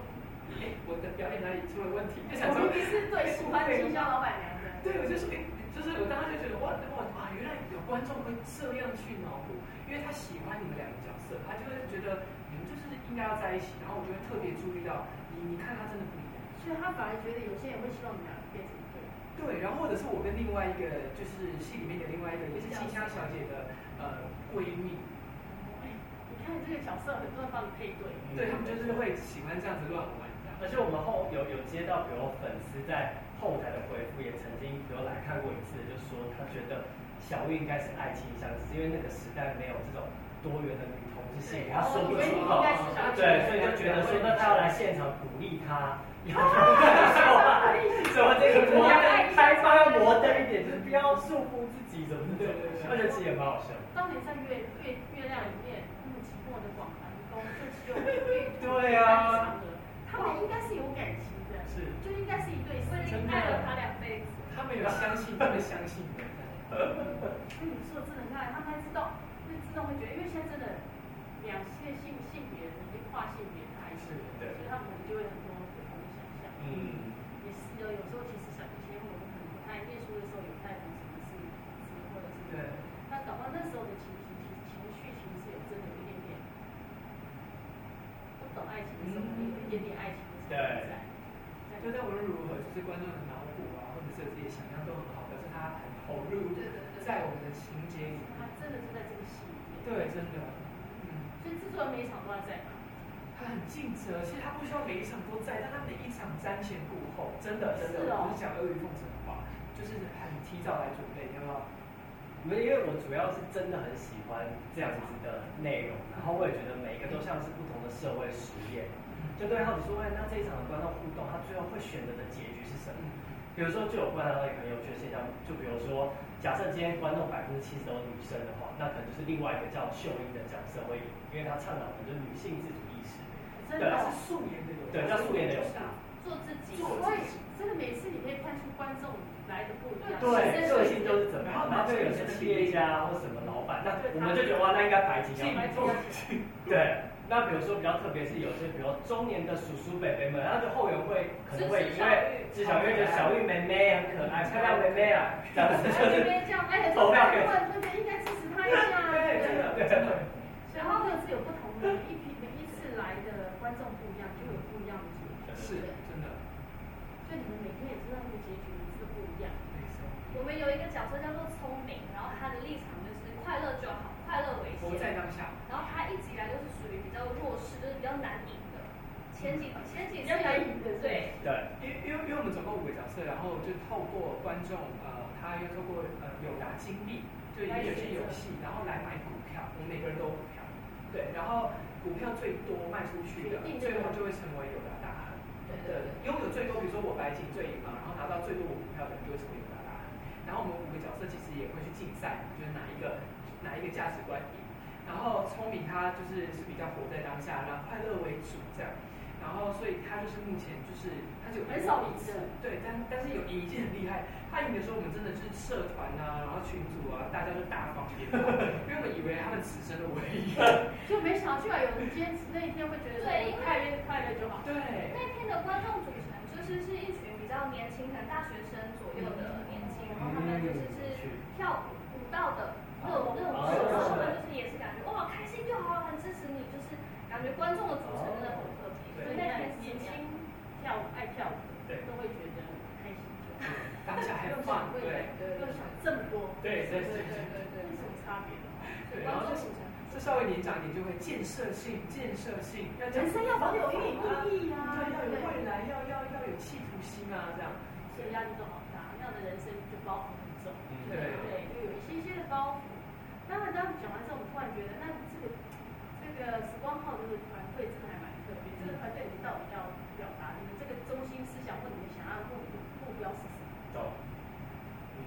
[SPEAKER 4] 哎、我的表演哪里出了问题？就想
[SPEAKER 1] 我明
[SPEAKER 4] 说哎
[SPEAKER 1] 明是对喜欢行销老板娘的。
[SPEAKER 4] 对，我就说，哎、就是我当时就觉得，哇哇哇，原来有观众会这样去脑补，因为他喜欢你们两个角色，他就会觉得你们就是应该要在一起。然后我就会特别注意到你，你看他真的不一样。
[SPEAKER 1] 所以他反而觉得有些人会希望你们俩变成对。
[SPEAKER 4] 对，然后或者是我跟另外一个，就是戏里面的另外一个，也是静香小姐的呃闺蜜，
[SPEAKER 1] 哎，你看这个角色，很多人帮你配对。
[SPEAKER 4] 对他们就是会喜欢这样子乱玩这样。
[SPEAKER 2] 而且我们后有有接到，比如粉丝在后台的回复，也曾经有来看过一次，就说他觉得小玉应该是爱情相只是因为那个时代没有这种多元的女同志性，他说不出口，对，所以就觉得说，那他要来现场鼓励 他，有没有什么这个 国家开发摩登一点，就是不要束缚自己，怎么怎么，而且其实也蛮好笑。
[SPEAKER 1] 当你在月月月亮里面，那么寂寞的广寒宫，就只有月
[SPEAKER 2] 对啊
[SPEAKER 1] 他们应该是有感情的，
[SPEAKER 4] 是
[SPEAKER 1] 就应该是一对
[SPEAKER 3] 我
[SPEAKER 1] 生
[SPEAKER 3] 已经爱了他两辈子。
[SPEAKER 4] 他们有相信，他们相信的。
[SPEAKER 1] 所以你说真的很爱，他们还知道，会自动会觉得，因为现在真的两性性性别已经跨性别的爱情，
[SPEAKER 2] 是 对
[SPEAKER 1] 所以他们可能就会很多不同的想象。
[SPEAKER 2] 嗯，
[SPEAKER 1] 也是有有时候其实想以前我们可能不太念书的时候也不太懂什么是词或者是
[SPEAKER 4] 对，
[SPEAKER 1] 那搞不好那时候的情情情情绪其实有真的有一点点不懂爱情的时候，有一点点爱情的成分在。
[SPEAKER 4] 就但无论如何，就是观众的脑补啊，或者是自己的想象都很好，表示他很投入在我们的情节里面。
[SPEAKER 1] 他真的是在这个戏里面，
[SPEAKER 4] 对，真的，嗯。
[SPEAKER 1] 所以制作人每一场都要在嘛。
[SPEAKER 4] 他很尽责，其实他不需要每一场都在，但他每一场瞻前顾后，真的真的，
[SPEAKER 1] 是哦
[SPEAKER 4] 我不是讲阿谀奉承的话，就是很提早来准备，要不要？
[SPEAKER 2] 没有，因为我主要是真的很喜欢这样子的内容，然后我也觉得每一个都像是不同的社会实验，
[SPEAKER 4] 嗯
[SPEAKER 2] 就对好奇说，哎，那这一场的观众互动，他最后会选择的结局是什
[SPEAKER 4] 嗯
[SPEAKER 2] 么？比如说，就有观察到一个很有趣的现象，就比如说，假设今天观众百分之七十都是女生的话，那可能就是另外一个叫秀英的角色会赢，因为她倡导的就是女性自主意识，
[SPEAKER 1] 真
[SPEAKER 2] 对啊
[SPEAKER 1] 的
[SPEAKER 4] 他，是素颜的有，
[SPEAKER 2] 对，叫素颜的有
[SPEAKER 4] 是啊
[SPEAKER 3] 做自己，
[SPEAKER 1] 所以真的每次你可以看出观众来的不一样，
[SPEAKER 2] 对，
[SPEAKER 1] 所
[SPEAKER 2] 个
[SPEAKER 1] 以
[SPEAKER 2] 性都是怎么样？然后就有些企业家或什么老板，那我们就觉得哇，那应该
[SPEAKER 4] 啊
[SPEAKER 2] 白金
[SPEAKER 1] 进
[SPEAKER 2] 要
[SPEAKER 1] 步
[SPEAKER 2] 对，那比如说比较特别是有些，比如说中年的叔叔伯伯们，然后就后援会可能会因为至小月觉得小玉妹妹很可爱，漂亮妹妹啊，然后就
[SPEAKER 1] 哎，你
[SPEAKER 2] 是
[SPEAKER 1] 别这样，哎，投票给，真的应该支持他一下，啊
[SPEAKER 4] 对，真的真 的，
[SPEAKER 1] 然后各自有不同的，一批每一次来的观众不一样，就有不一样的结局。
[SPEAKER 4] 是真的，
[SPEAKER 1] 所以你们每天也知道那个结局是不一样。
[SPEAKER 4] 没错，
[SPEAKER 3] 我们有一个角色叫做聪明，然后他的立场就是快乐就好，快乐为
[SPEAKER 4] 活在
[SPEAKER 3] 先。
[SPEAKER 4] 当下，
[SPEAKER 3] 然后他一直以来都是属于比较弱势，就是比较难赢
[SPEAKER 4] 嗯
[SPEAKER 3] 的。前几前
[SPEAKER 1] 比
[SPEAKER 3] 几次
[SPEAKER 1] 较难赢的
[SPEAKER 3] 对，
[SPEAKER 2] 对，
[SPEAKER 4] 因为因为因为我们总共五个角色，然后就透过观众呃，他又透过呃有达经历，就也有些游戏，然后来买股票，我们每个人都有股票，对，然后股票最多卖出去的，最后就会成为有达大亨。
[SPEAKER 3] 对对
[SPEAKER 4] 的拥有最多，比如说我白金最赢嘛，然后拿到最多股票的人就会成为有达大亨。然后我们五个角色其实也会去竞赛，就是哪一个哪一个价值观赢。然后聪明他就是是比较活在当下，然后快乐为主这样。然后所以他就是目前就是他就有
[SPEAKER 1] 很少赢
[SPEAKER 4] 次
[SPEAKER 1] 的，
[SPEAKER 4] 对，但但是有赢一件很厉害，他赢的时候我们真的是社团啊，然后群组啊，大家都大放鞭炮，因为我们以为他们此生的唯一。
[SPEAKER 1] 就没想到居然有人坚持那一天会觉得快乐快乐就好。
[SPEAKER 4] 对，
[SPEAKER 3] 那天的观众组成就是是一群比较年轻，可能大学生左右的年轻，然后他们就是是跳舞舞蹈的热舞热
[SPEAKER 4] 哦
[SPEAKER 3] 舞社，然后他们就是也是感觉哇开心就好，很支持你，就是感觉观众的组成真
[SPEAKER 4] 哦
[SPEAKER 3] 的很特别。所
[SPEAKER 1] 所
[SPEAKER 3] 以
[SPEAKER 1] 以
[SPEAKER 3] 那
[SPEAKER 1] 那
[SPEAKER 3] 天
[SPEAKER 1] 天年轻跳舞爱跳舞的都会觉得很开心就好。
[SPEAKER 4] 当下还
[SPEAKER 1] 又
[SPEAKER 4] 放
[SPEAKER 1] 想未来
[SPEAKER 4] 对，
[SPEAKER 1] 又想这么多，
[SPEAKER 4] 对对
[SPEAKER 1] 对
[SPEAKER 4] 对
[SPEAKER 1] 对对对，有什么差别？
[SPEAKER 4] 对，然
[SPEAKER 3] 观
[SPEAKER 4] 后就
[SPEAKER 3] 众
[SPEAKER 4] 是
[SPEAKER 3] 组成很
[SPEAKER 4] 这稍微年长一点就会建设性，建设性，要讲
[SPEAKER 1] 人生要保有意义啊，
[SPEAKER 4] 对，要有
[SPEAKER 1] 对
[SPEAKER 4] 未来，要要要有企图心啊，这样。
[SPEAKER 1] 所以压力都好大，那样的人生就包袱很重。
[SPEAKER 4] 对
[SPEAKER 1] 对，就有一些些的包袱。那么当你讲完之后，我们突然觉得，那这个这个时光号这个团队真的还蛮特别。这个团队你们到底要表达你们这个中心思想，或你们想要的目目标是什么？
[SPEAKER 2] 懂。嗯，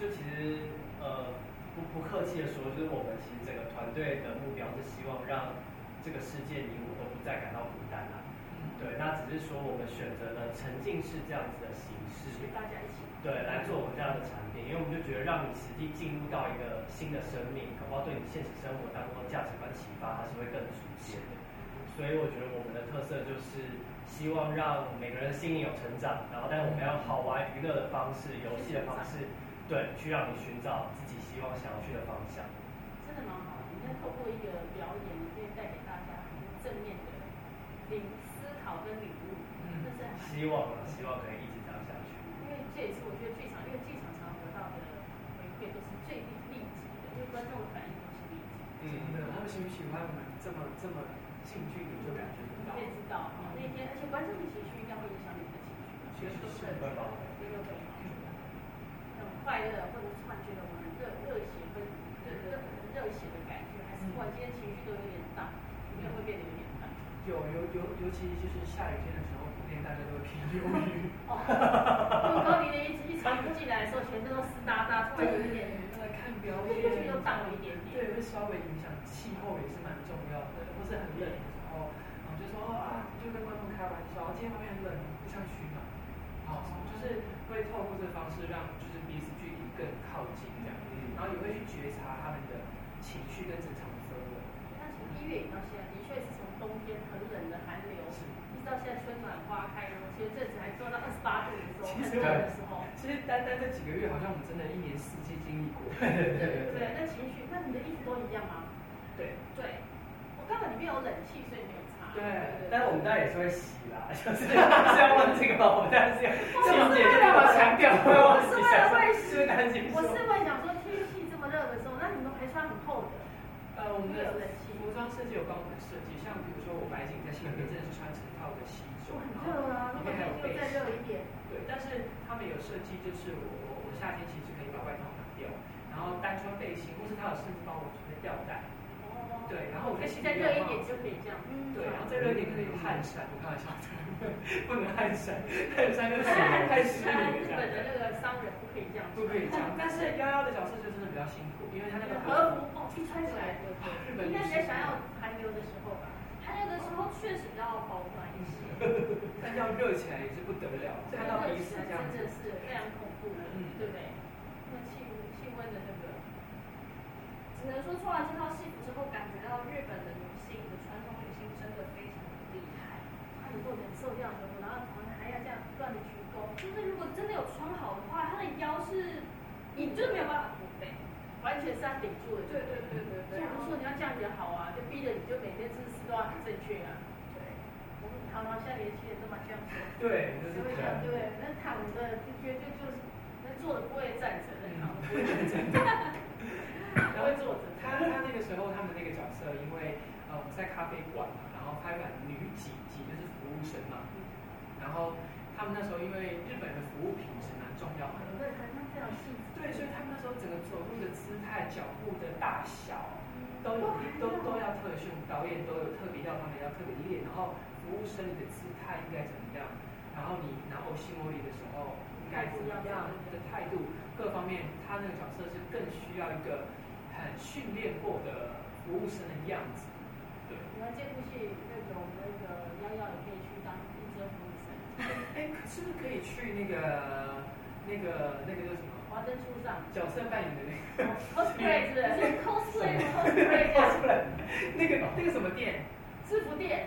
[SPEAKER 2] 就其实呃不不客气的说，就是我们其实整个团队的目标是希望让这个世界你我都不再感到孤单啦、啊对，那只是说我们选择了沉浸式这样子的形式，
[SPEAKER 1] 是大家一起。
[SPEAKER 2] 对，来做我们这样的产品，因为我们就觉得让你实际进入到一个新的生命，搞不好对你现实生活当中的价值观启发，它是会更直接的。所以我觉得我们的特色就是希望让每个人心里有成长，然后但是我们要好玩娱乐的方式、游戏的方式，对，去让你寻找自己希望想要去的方向。
[SPEAKER 1] 真的蛮好的。你看，透过一个表演，你可以带给大家很多正面的领思考跟领悟，
[SPEAKER 4] 嗯
[SPEAKER 1] 这是很
[SPEAKER 2] 希望啊，希望可以一直这样下去。
[SPEAKER 1] 因为这也是我觉得剧场，因为剧场常得到的回馈都是最立即的，因为观众的反应都是立即，
[SPEAKER 4] 真的，嗯他们喜不喜欢我们这么这么近距离就感觉
[SPEAKER 1] 你
[SPEAKER 4] 得
[SPEAKER 1] 可？
[SPEAKER 4] 到
[SPEAKER 1] 以知道哦，那天，而且观众的情绪应该会影响你的情绪，
[SPEAKER 4] 其实是
[SPEAKER 1] 很很快乐，或者是突然觉得我们热热血跟热热热血的感觉，还是突然间情绪都有点荡，应该会变得有点荡。
[SPEAKER 4] 有有有，尤其就是下雨天的时候，普遍大家都会偏忧 郁。
[SPEAKER 1] 哦，用高龄的一一场进来的时候，全身都湿哒哒，突然有一点，
[SPEAKER 4] 来看表
[SPEAKER 1] 情
[SPEAKER 4] 演，
[SPEAKER 1] 绪又荡了一点点。
[SPEAKER 4] 对，会稍微影响气候也是蛮重要的，呃或是很冷的时候，然后就说啊，就跟观众开玩笑，哦今天外面很冷，不想取暖，好，就是会透过这个方式让就是彼此距离更靠近这样，
[SPEAKER 2] 嗯
[SPEAKER 4] 然后也会去觉察他们的情绪跟整场的氛围。
[SPEAKER 1] 那从一月底到现在，的确是从冬天很冷的寒流，一直到现在春暖花开，然后前阵子还做到二十八度的时候，
[SPEAKER 4] 其
[SPEAKER 1] 很
[SPEAKER 4] 实
[SPEAKER 1] 冷
[SPEAKER 4] 我
[SPEAKER 1] 的时候。
[SPEAKER 4] 其实单单这几个月，好像我们真的一年四季经历过。
[SPEAKER 2] 对对对
[SPEAKER 1] 对，那情绪，那你的衣服都一样吗？
[SPEAKER 4] 对
[SPEAKER 1] 对，我刚好里面有冷气，所以没有擦。
[SPEAKER 4] 对
[SPEAKER 2] 但是我们当然也是会洗啦，就是是要问这个吗？我们当然是要细节就要强调，会忘
[SPEAKER 1] 我
[SPEAKER 2] 记
[SPEAKER 1] 是为了会
[SPEAKER 2] 是不是担心
[SPEAKER 1] 我
[SPEAKER 2] 说？
[SPEAKER 1] 是会想说天气这么热的时候，那你们还穿很厚的，
[SPEAKER 4] 呃，我们的
[SPEAKER 1] 有冷气
[SPEAKER 4] 服装设计有帮我们设计，像比如说我白景在新边真的是穿成套的西
[SPEAKER 1] 就
[SPEAKER 4] 装，
[SPEAKER 1] 很
[SPEAKER 4] 然后
[SPEAKER 1] 热啊。如
[SPEAKER 4] 里
[SPEAKER 1] 果天气又再
[SPEAKER 4] 面还有背心
[SPEAKER 1] 热。一点，
[SPEAKER 4] 对，但是他们有设计，就是我我我夏天其实可以把外套拿掉，然后单穿背心，或是他有甚至帮我准备吊带，
[SPEAKER 1] 哦，
[SPEAKER 4] 对，然后我在新
[SPEAKER 1] 再热一点
[SPEAKER 4] 就
[SPEAKER 1] 就可以这样。嗯
[SPEAKER 4] 对，啊 然后再热一点可能有汗衫，我开玩笑， 不能汗衫，汗衫就是太湿 了
[SPEAKER 1] 日
[SPEAKER 4] 这
[SPEAKER 1] 本的
[SPEAKER 4] 样。
[SPEAKER 1] 那个商人不可以这样
[SPEAKER 4] 啊不可以这样，但是幺幺的角色就真的比较辛苦，因为他那个
[SPEAKER 1] 和服哦，一穿起来，
[SPEAKER 4] 日
[SPEAKER 1] 对
[SPEAKER 4] 本
[SPEAKER 1] 应
[SPEAKER 4] 女
[SPEAKER 1] 该
[SPEAKER 4] 士
[SPEAKER 1] 比较想要寒流的时候吧。
[SPEAKER 3] 还有的时候确实要保暖一些。
[SPEAKER 4] 但要热起来也是不得了，看到彼此这样
[SPEAKER 1] 真
[SPEAKER 4] 子
[SPEAKER 1] 的。是非常恐怖的，对不对？那气气温的那个，
[SPEAKER 3] 只能说穿完这套戏服之后，感觉到日本的女性的传统女性真的非常的厉害。
[SPEAKER 1] 他能够忍受这样的，然后好像还要这样不断的鞠躬，
[SPEAKER 3] 就是如果真的有穿好的话，她的腰是，你就是没有办法驼背。
[SPEAKER 1] 完全是要顶住的。
[SPEAKER 3] 对对对对
[SPEAKER 1] 所
[SPEAKER 3] 对。
[SPEAKER 1] 以
[SPEAKER 3] 然
[SPEAKER 1] 我
[SPEAKER 3] 后
[SPEAKER 1] 就说你要这样也好啊，就逼着你就每天姿势都要很正确啊。
[SPEAKER 3] 对，
[SPEAKER 1] 我们常常现在年轻人都蛮这样子，
[SPEAKER 4] 对，就
[SPEAKER 1] 就是会这
[SPEAKER 4] 这样
[SPEAKER 1] 样。对，那躺着就觉得就是，那坐着不会站着，那躺着不会站着，不会坐着。
[SPEAKER 4] 他他那个时候他们那个角色，因为呃我们在咖啡馆嘛，然后拍完女几集就是服务生嘛，然后他们那时候因为日本的服务品质蛮重要的，
[SPEAKER 1] 对，好像非常细致。
[SPEAKER 4] 对，所以他们那时候整个走路的姿态、脚步的大小都有都都要特训，导演都有特别要他们要特别练，然后服务生你的姿态应该怎么样，然后你拿欧西莫里的时候应该怎么样你的态度，各方面他那个角色是更需要一个很训练过的服务生的样子，对。
[SPEAKER 1] 你看这部戏，那个我们那个幺幺也可以去当应征服务生，
[SPEAKER 4] 哎，是不是可以去那个那个那个叫什么
[SPEAKER 1] 华灯初上哦
[SPEAKER 4] 角色扮演的那个？
[SPEAKER 1] ，cosplay 是
[SPEAKER 3] 就是 cosplay
[SPEAKER 1] cosplay 这
[SPEAKER 3] 的
[SPEAKER 1] 样，
[SPEAKER 4] 那个那个什么店？
[SPEAKER 1] 制服店，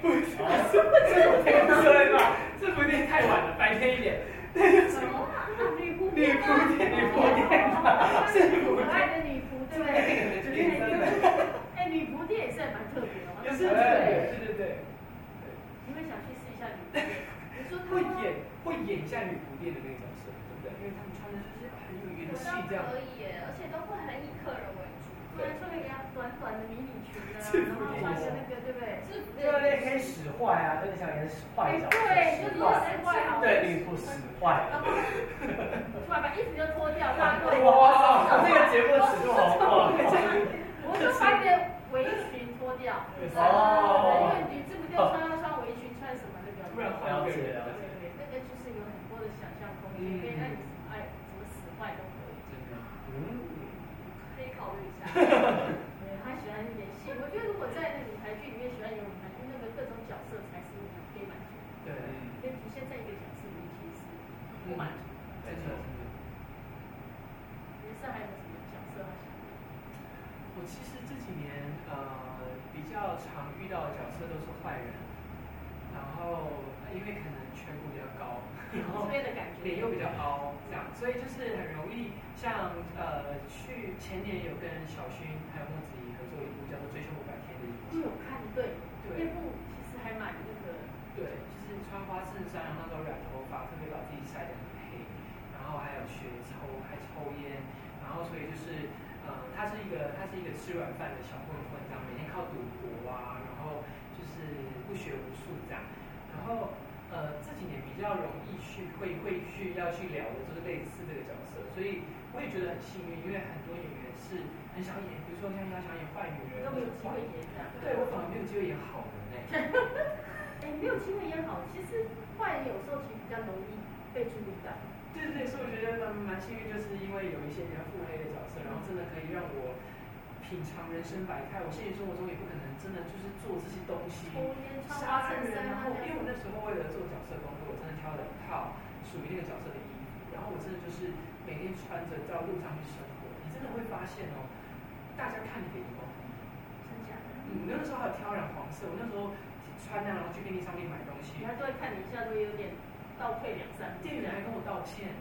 [SPEAKER 4] 太对吧？这不一定太晚了，白天一点。
[SPEAKER 3] 什么啊？女仆
[SPEAKER 4] 女
[SPEAKER 3] 店啊
[SPEAKER 4] 仆店，女仆店，
[SPEAKER 1] 是可爱的女仆，对不对？
[SPEAKER 4] 对对对，
[SPEAKER 1] 哎，女仆店也是蛮特别的，
[SPEAKER 4] 也是
[SPEAKER 1] 对，
[SPEAKER 4] 对对对，
[SPEAKER 1] 你们想去试一下女仆店？
[SPEAKER 3] 你说
[SPEAKER 4] 会
[SPEAKER 3] 她
[SPEAKER 4] 演会演一下女仆店的那个角色，对不对？因为他们穿的就是很有元
[SPEAKER 3] 我
[SPEAKER 4] 气
[SPEAKER 3] 倒
[SPEAKER 4] 这样。
[SPEAKER 3] 可以耶，而且都会很以客人为主。
[SPEAKER 1] 对，穿个短短的迷你裙啊，
[SPEAKER 4] 制
[SPEAKER 1] 然
[SPEAKER 4] 服
[SPEAKER 1] 后
[SPEAKER 4] 店
[SPEAKER 1] 穿个那个，对不对？
[SPEAKER 3] 制服
[SPEAKER 2] 对对，
[SPEAKER 3] 店，
[SPEAKER 2] 可以使坏啊，就是想演使坏角色，
[SPEAKER 1] 哎对
[SPEAKER 2] 使
[SPEAKER 1] 就是
[SPEAKER 2] 坏，
[SPEAKER 1] 使坏啊
[SPEAKER 2] 对，女仆使坏。
[SPEAKER 1] 然后突然把衣服就脱掉，大家
[SPEAKER 2] 哇哇哇！这个节目尺度好广，
[SPEAKER 1] 我就把你的围裙脱掉。
[SPEAKER 2] 哦
[SPEAKER 1] 对，因为你这不就穿要穿围裙，穿什么那个？
[SPEAKER 4] 突然换了
[SPEAKER 2] 了解
[SPEAKER 4] 一个人
[SPEAKER 2] 了
[SPEAKER 1] 对
[SPEAKER 2] 解。
[SPEAKER 1] 对，那个就是有很多的想象空间，
[SPEAKER 4] 嗯
[SPEAKER 1] 可以让你哎怎么使坏都可以。
[SPEAKER 2] 嗯，
[SPEAKER 3] 可以考虑一下。
[SPEAKER 1] 对，他喜欢演戏，我觉得如果在那个舞台剧里面喜欢演舞台剧，那个各种角色才是可以满足。在一个角色里面诠释，不满足。
[SPEAKER 4] 真的真的。
[SPEAKER 1] 人生还有什么角色要想？
[SPEAKER 4] 我其实这几年呃比较常遇到的角色都是坏人，然后呃因为可能颧骨比较高，然 后
[SPEAKER 1] 这边的感觉。
[SPEAKER 4] 脸又比较凹，这样，所以就是很容易像呃去前年有跟小薰还有莫子仪合作一部叫做《追求五百天》的影
[SPEAKER 1] 我
[SPEAKER 4] 集
[SPEAKER 1] 有，看，对，
[SPEAKER 4] 对
[SPEAKER 1] 那部其实还蛮那个，
[SPEAKER 4] 对，就是穿花衬衫，然后那时候染头发，特别把自己晒得很黑，然后还有学抽，还抽烟，然后所以就是，呃，他是一个他是一个吃软饭的小混混，这样每天靠赌博啊，然后就是不学无术这样，然后呃这几年比较容易去会会去要去聊的就是类似这个角色，所以我也觉得很幸运，因为很多演员是很想演，比如说像要想演坏女人，
[SPEAKER 1] 都没有机会演这样。
[SPEAKER 4] 对我反而没有机会演好人 欸呢、
[SPEAKER 1] 哎，没有机会也好，其实坏人有时候其实比较容易被注意到。
[SPEAKER 4] 对对，所以我觉得蛮蛮幸运，就是因为有一些比较腹黑的角
[SPEAKER 1] 嗯
[SPEAKER 4] 色，然后真的可以让我品尝人生百态。我现实生活中也不可能真的就是做这些东西，
[SPEAKER 1] 抽烟、穿花
[SPEAKER 4] 杀
[SPEAKER 1] 衬
[SPEAKER 4] 人，
[SPEAKER 1] 衫
[SPEAKER 4] 然
[SPEAKER 1] 啊，
[SPEAKER 4] 后因为我
[SPEAKER 1] 那
[SPEAKER 4] 那时候为了做角色工作，我真的挑了一套属于那个角色的衣服，然后我真的就是每天穿着到路上去生活，你真的会发现哦，大家看你的眼光不
[SPEAKER 1] 真
[SPEAKER 4] 一样。
[SPEAKER 1] 假的，
[SPEAKER 4] 嗯，那个时候还有挑染黄色，我那时候穿那样然后去便利商店买东西
[SPEAKER 1] 人，家都会看你一下，都会有点倒退两三步
[SPEAKER 4] 店
[SPEAKER 1] 这
[SPEAKER 4] 员
[SPEAKER 1] 样
[SPEAKER 4] 还。跟我道歉。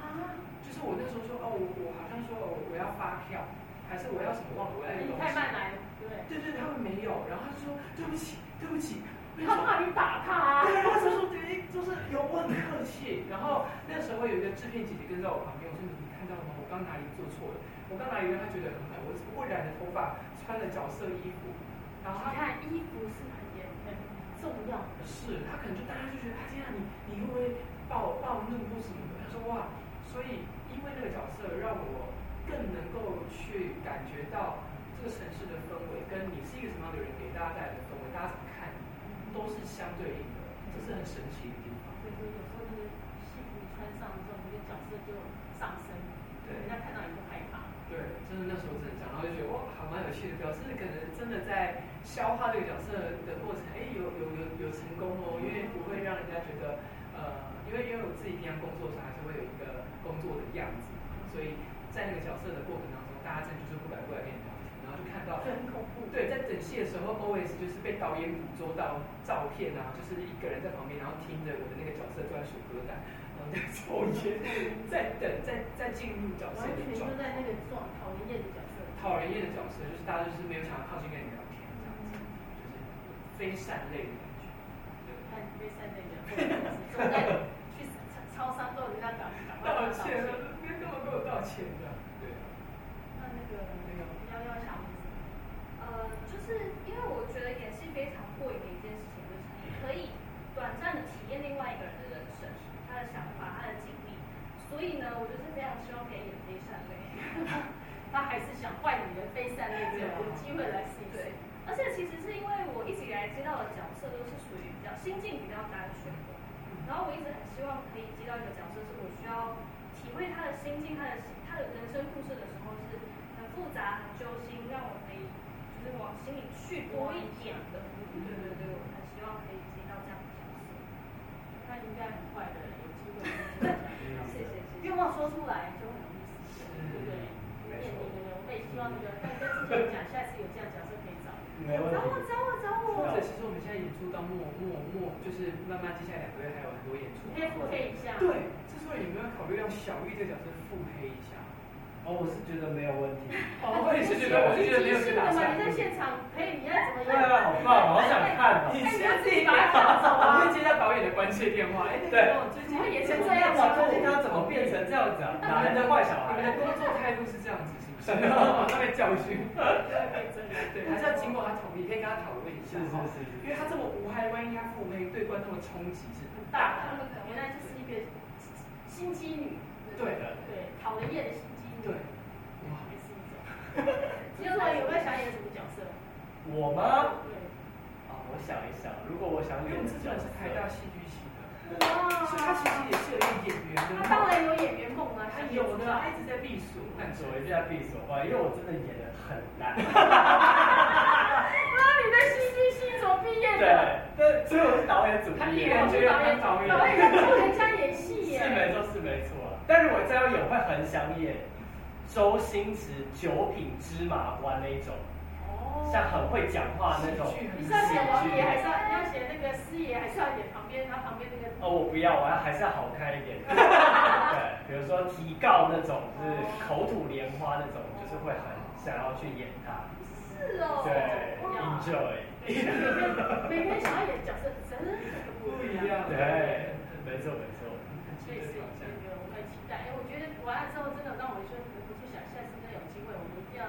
[SPEAKER 1] 啊，
[SPEAKER 4] 就是我那时候说哦，我我好像说哦，我要发票，还是我要什么忘了，我要一
[SPEAKER 1] 你
[SPEAKER 4] 个东
[SPEAKER 1] 太
[SPEAKER 4] 西。
[SPEAKER 1] 慢来了，对不对？
[SPEAKER 4] 对对，他们没有，然后他就说对不起，对不起。我就
[SPEAKER 1] 他
[SPEAKER 4] 说
[SPEAKER 1] 怕你打他啊、
[SPEAKER 4] 对，然后就说对，就是有我很客气。然后那时候有一个制片姐姐跟在我旁边，我说你看到了吗？我刚哪里做错了？我刚哪里让她觉得很美？我只不过染了头发，穿了角色衣服，然后
[SPEAKER 1] 你
[SPEAKER 4] 她
[SPEAKER 1] 看衣服是很严很重要的，
[SPEAKER 4] 是，他可能就大家就觉得，啊，天啊，你你会不会暴暴怒或什么的？他说哇，所以因为那个角色让我更能够去感觉到这个城市的氛围，跟你是一个什么样的人给大家带来的氛围，大家怎么看你，都是相对应的，这是很神奇的地方。
[SPEAKER 1] 所以说有时候那个戏服穿上之后，你的角色就上升，人
[SPEAKER 4] 对
[SPEAKER 1] 家看到你就害怕。
[SPEAKER 4] 对，真的那时候真的讲，然后就觉得哇，还蛮有趣的，表示可能真的在消化这个角色的过程，哎，有有有有成功哦，因为不会让人家觉得，呃，因为因为我自己平常工作的时候还是会有一个工作的样子，所以在那个角色的过程当中，大家真的就是不敢过来跟你聊天，然后就看到
[SPEAKER 1] 这很恐怖
[SPEAKER 4] 对，在整戏的时候，always 就是被导演捕捉到照片啊，就是一个人在旁边，然后听着我的那个角色专属歌单，然后在抽烟，在等，在在进入角色
[SPEAKER 1] 完
[SPEAKER 4] 的
[SPEAKER 1] 全就
[SPEAKER 4] 状态
[SPEAKER 1] 在。那个状讨人厌的角色。
[SPEAKER 4] 讨人厌的角色，就是大家就是没有想要靠近跟你聊天这样子，就是非善类的感觉。对，
[SPEAKER 1] 看被晒那个，走在去超超商都有人家赶赶快
[SPEAKER 4] 道
[SPEAKER 1] 道
[SPEAKER 4] 歉
[SPEAKER 1] 歉。
[SPEAKER 4] 啊，别跟我跟我道歉的。对啊，
[SPEAKER 1] 那那个幺幺想问什么？
[SPEAKER 3] 呃，就是因为我觉得演戏非常过瘾的一件事情，就是你可以短暂的体验另外一个人的人生，他的想法，他的经历。所以呢，我就是非常希望可以演非善类。
[SPEAKER 1] 他还是想换你的非善类，有机会来试一试
[SPEAKER 3] 对。，而且其实是因为我一直以来接到的角色都是属于比较心境比较单纯的，然后我一直很希望可以接到一个角色，是我需要体会他的心境，他的他的人生故事的时候是很复杂、很揪心，让我可以就是往心里去多一点的。对对对，我很希望可以接到这样的角色。
[SPEAKER 1] 他应该很快的有机会。
[SPEAKER 3] 哦谢谢谢谢
[SPEAKER 1] 愿。望说出来就很容易实现，对不对？念你的人，我也希望那个跟跟自己人讲，下次有这样角色可以找你。
[SPEAKER 2] 没问
[SPEAKER 1] 找我
[SPEAKER 2] 题。
[SPEAKER 1] 找我找
[SPEAKER 4] 或
[SPEAKER 1] 我
[SPEAKER 4] 者，其实我们现在演出到末末末，就是慢慢接下来两个月还有很多演出
[SPEAKER 1] 你。可以付费一下。
[SPEAKER 4] 对，这时候有没有考虑让小玉这个角色腹黑一下？
[SPEAKER 2] 哦，我是觉得没有问题。
[SPEAKER 1] 哎
[SPEAKER 4] 哦，我也是觉得，我是觉得没有这个
[SPEAKER 1] 嘛，
[SPEAKER 4] 打算
[SPEAKER 1] 你。在现场可以，你要怎么
[SPEAKER 2] 对
[SPEAKER 1] 样？
[SPEAKER 2] 啊，好棒，好想看哦。
[SPEAKER 1] 你要自己把它打 走
[SPEAKER 4] 我
[SPEAKER 1] 啊
[SPEAKER 4] 会！接到导演的关切电话，哎，那个我最近
[SPEAKER 2] 哇，最近他怎么变成这样子啊？哪来的坏小
[SPEAKER 4] 你们的
[SPEAKER 2] 孩？
[SPEAKER 4] 工作态度是这样子，是不是？ 马上被教训。对，还是要经过他同意，可以跟他讨论一下。
[SPEAKER 2] 是是是
[SPEAKER 4] 因为他这么无害，万一他腹黑，对观众的冲击是很大
[SPEAKER 1] 大他们可能原来就是一个心机女，
[SPEAKER 4] 的。对的，
[SPEAKER 1] 对，讨人厌的心机女，
[SPEAKER 4] 对。 哇，
[SPEAKER 1] 也是一种。你有没有有没有想演什么角色？
[SPEAKER 2] 我吗？
[SPEAKER 1] 对，
[SPEAKER 2] 啊，我想一想，如果我想
[SPEAKER 4] 因为我
[SPEAKER 2] 演
[SPEAKER 4] 们
[SPEAKER 2] 的
[SPEAKER 4] 之前
[SPEAKER 2] 角
[SPEAKER 4] 是
[SPEAKER 2] 色，
[SPEAKER 4] 台大戏剧系的，
[SPEAKER 1] 哇，
[SPEAKER 4] 所以他其实也是有演员的。
[SPEAKER 1] 他当然有演员梦啊，
[SPEAKER 4] 他
[SPEAKER 1] 他
[SPEAKER 4] 有
[SPEAKER 1] 知道
[SPEAKER 4] 的，他一直在避暑，很
[SPEAKER 2] 所谓在闭锁吧，因为我真的演的很烂。
[SPEAKER 1] 啊，你在戏剧系所毕业
[SPEAKER 2] 对
[SPEAKER 1] 的，，
[SPEAKER 2] 但所以我是导导演组
[SPEAKER 4] 他一人就要当导演，
[SPEAKER 1] 导演教人家演戏
[SPEAKER 2] 是
[SPEAKER 1] 耶，
[SPEAKER 2] 没错是没错啊。但是我真要演会很想演周星驰九品芝麻官那一种，
[SPEAKER 1] 哦，
[SPEAKER 2] 像很会讲话那种
[SPEAKER 4] 喜剧
[SPEAKER 1] 你是要写王爷，还
[SPEAKER 2] 喜
[SPEAKER 1] 是要
[SPEAKER 2] 剧
[SPEAKER 1] 你要写那个师爷，还是要演旁边他旁边那个？
[SPEAKER 2] 哦，我不要，我要还是要好看一点。对，比如说提告那种，就是口吐莲花那种，就是会很想要去演他。
[SPEAKER 3] 是哦，
[SPEAKER 2] 对，enjoy。
[SPEAKER 1] 每个人想要演角色真的不一样，
[SPEAKER 2] 对，没错没错。
[SPEAKER 1] 所以是这个我很期待。哎，我觉得完了之后真的让我说，我就想下次真的有机会，我们一定要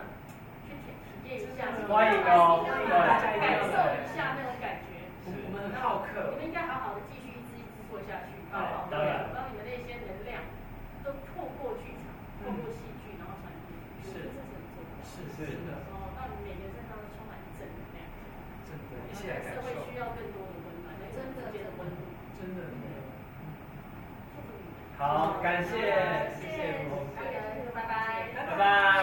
[SPEAKER 1] 去体体验一下，感受一下那种感觉。
[SPEAKER 4] 我我们很好客
[SPEAKER 1] 你，们应该好好的继续一直一直做下去，好好的让你们那些能量都透过剧场、透过戏剧，然后传递出去，这是很重要。
[SPEAKER 4] 是
[SPEAKER 2] 是
[SPEAKER 4] 真的
[SPEAKER 1] 然后让你每个人身上都充满正能量，
[SPEAKER 4] 真的，一起来感
[SPEAKER 1] 社会
[SPEAKER 4] 受，
[SPEAKER 1] 需要更多的温暖，人跟人之间的温度。
[SPEAKER 4] 真的。
[SPEAKER 1] 祝福你们，
[SPEAKER 2] 好，感谢，
[SPEAKER 3] 谢谢
[SPEAKER 2] 谢谢罗红姐，
[SPEAKER 1] 拜拜。
[SPEAKER 2] 拜
[SPEAKER 1] 哎
[SPEAKER 4] 哎
[SPEAKER 2] 拜。
[SPEAKER 4] 哦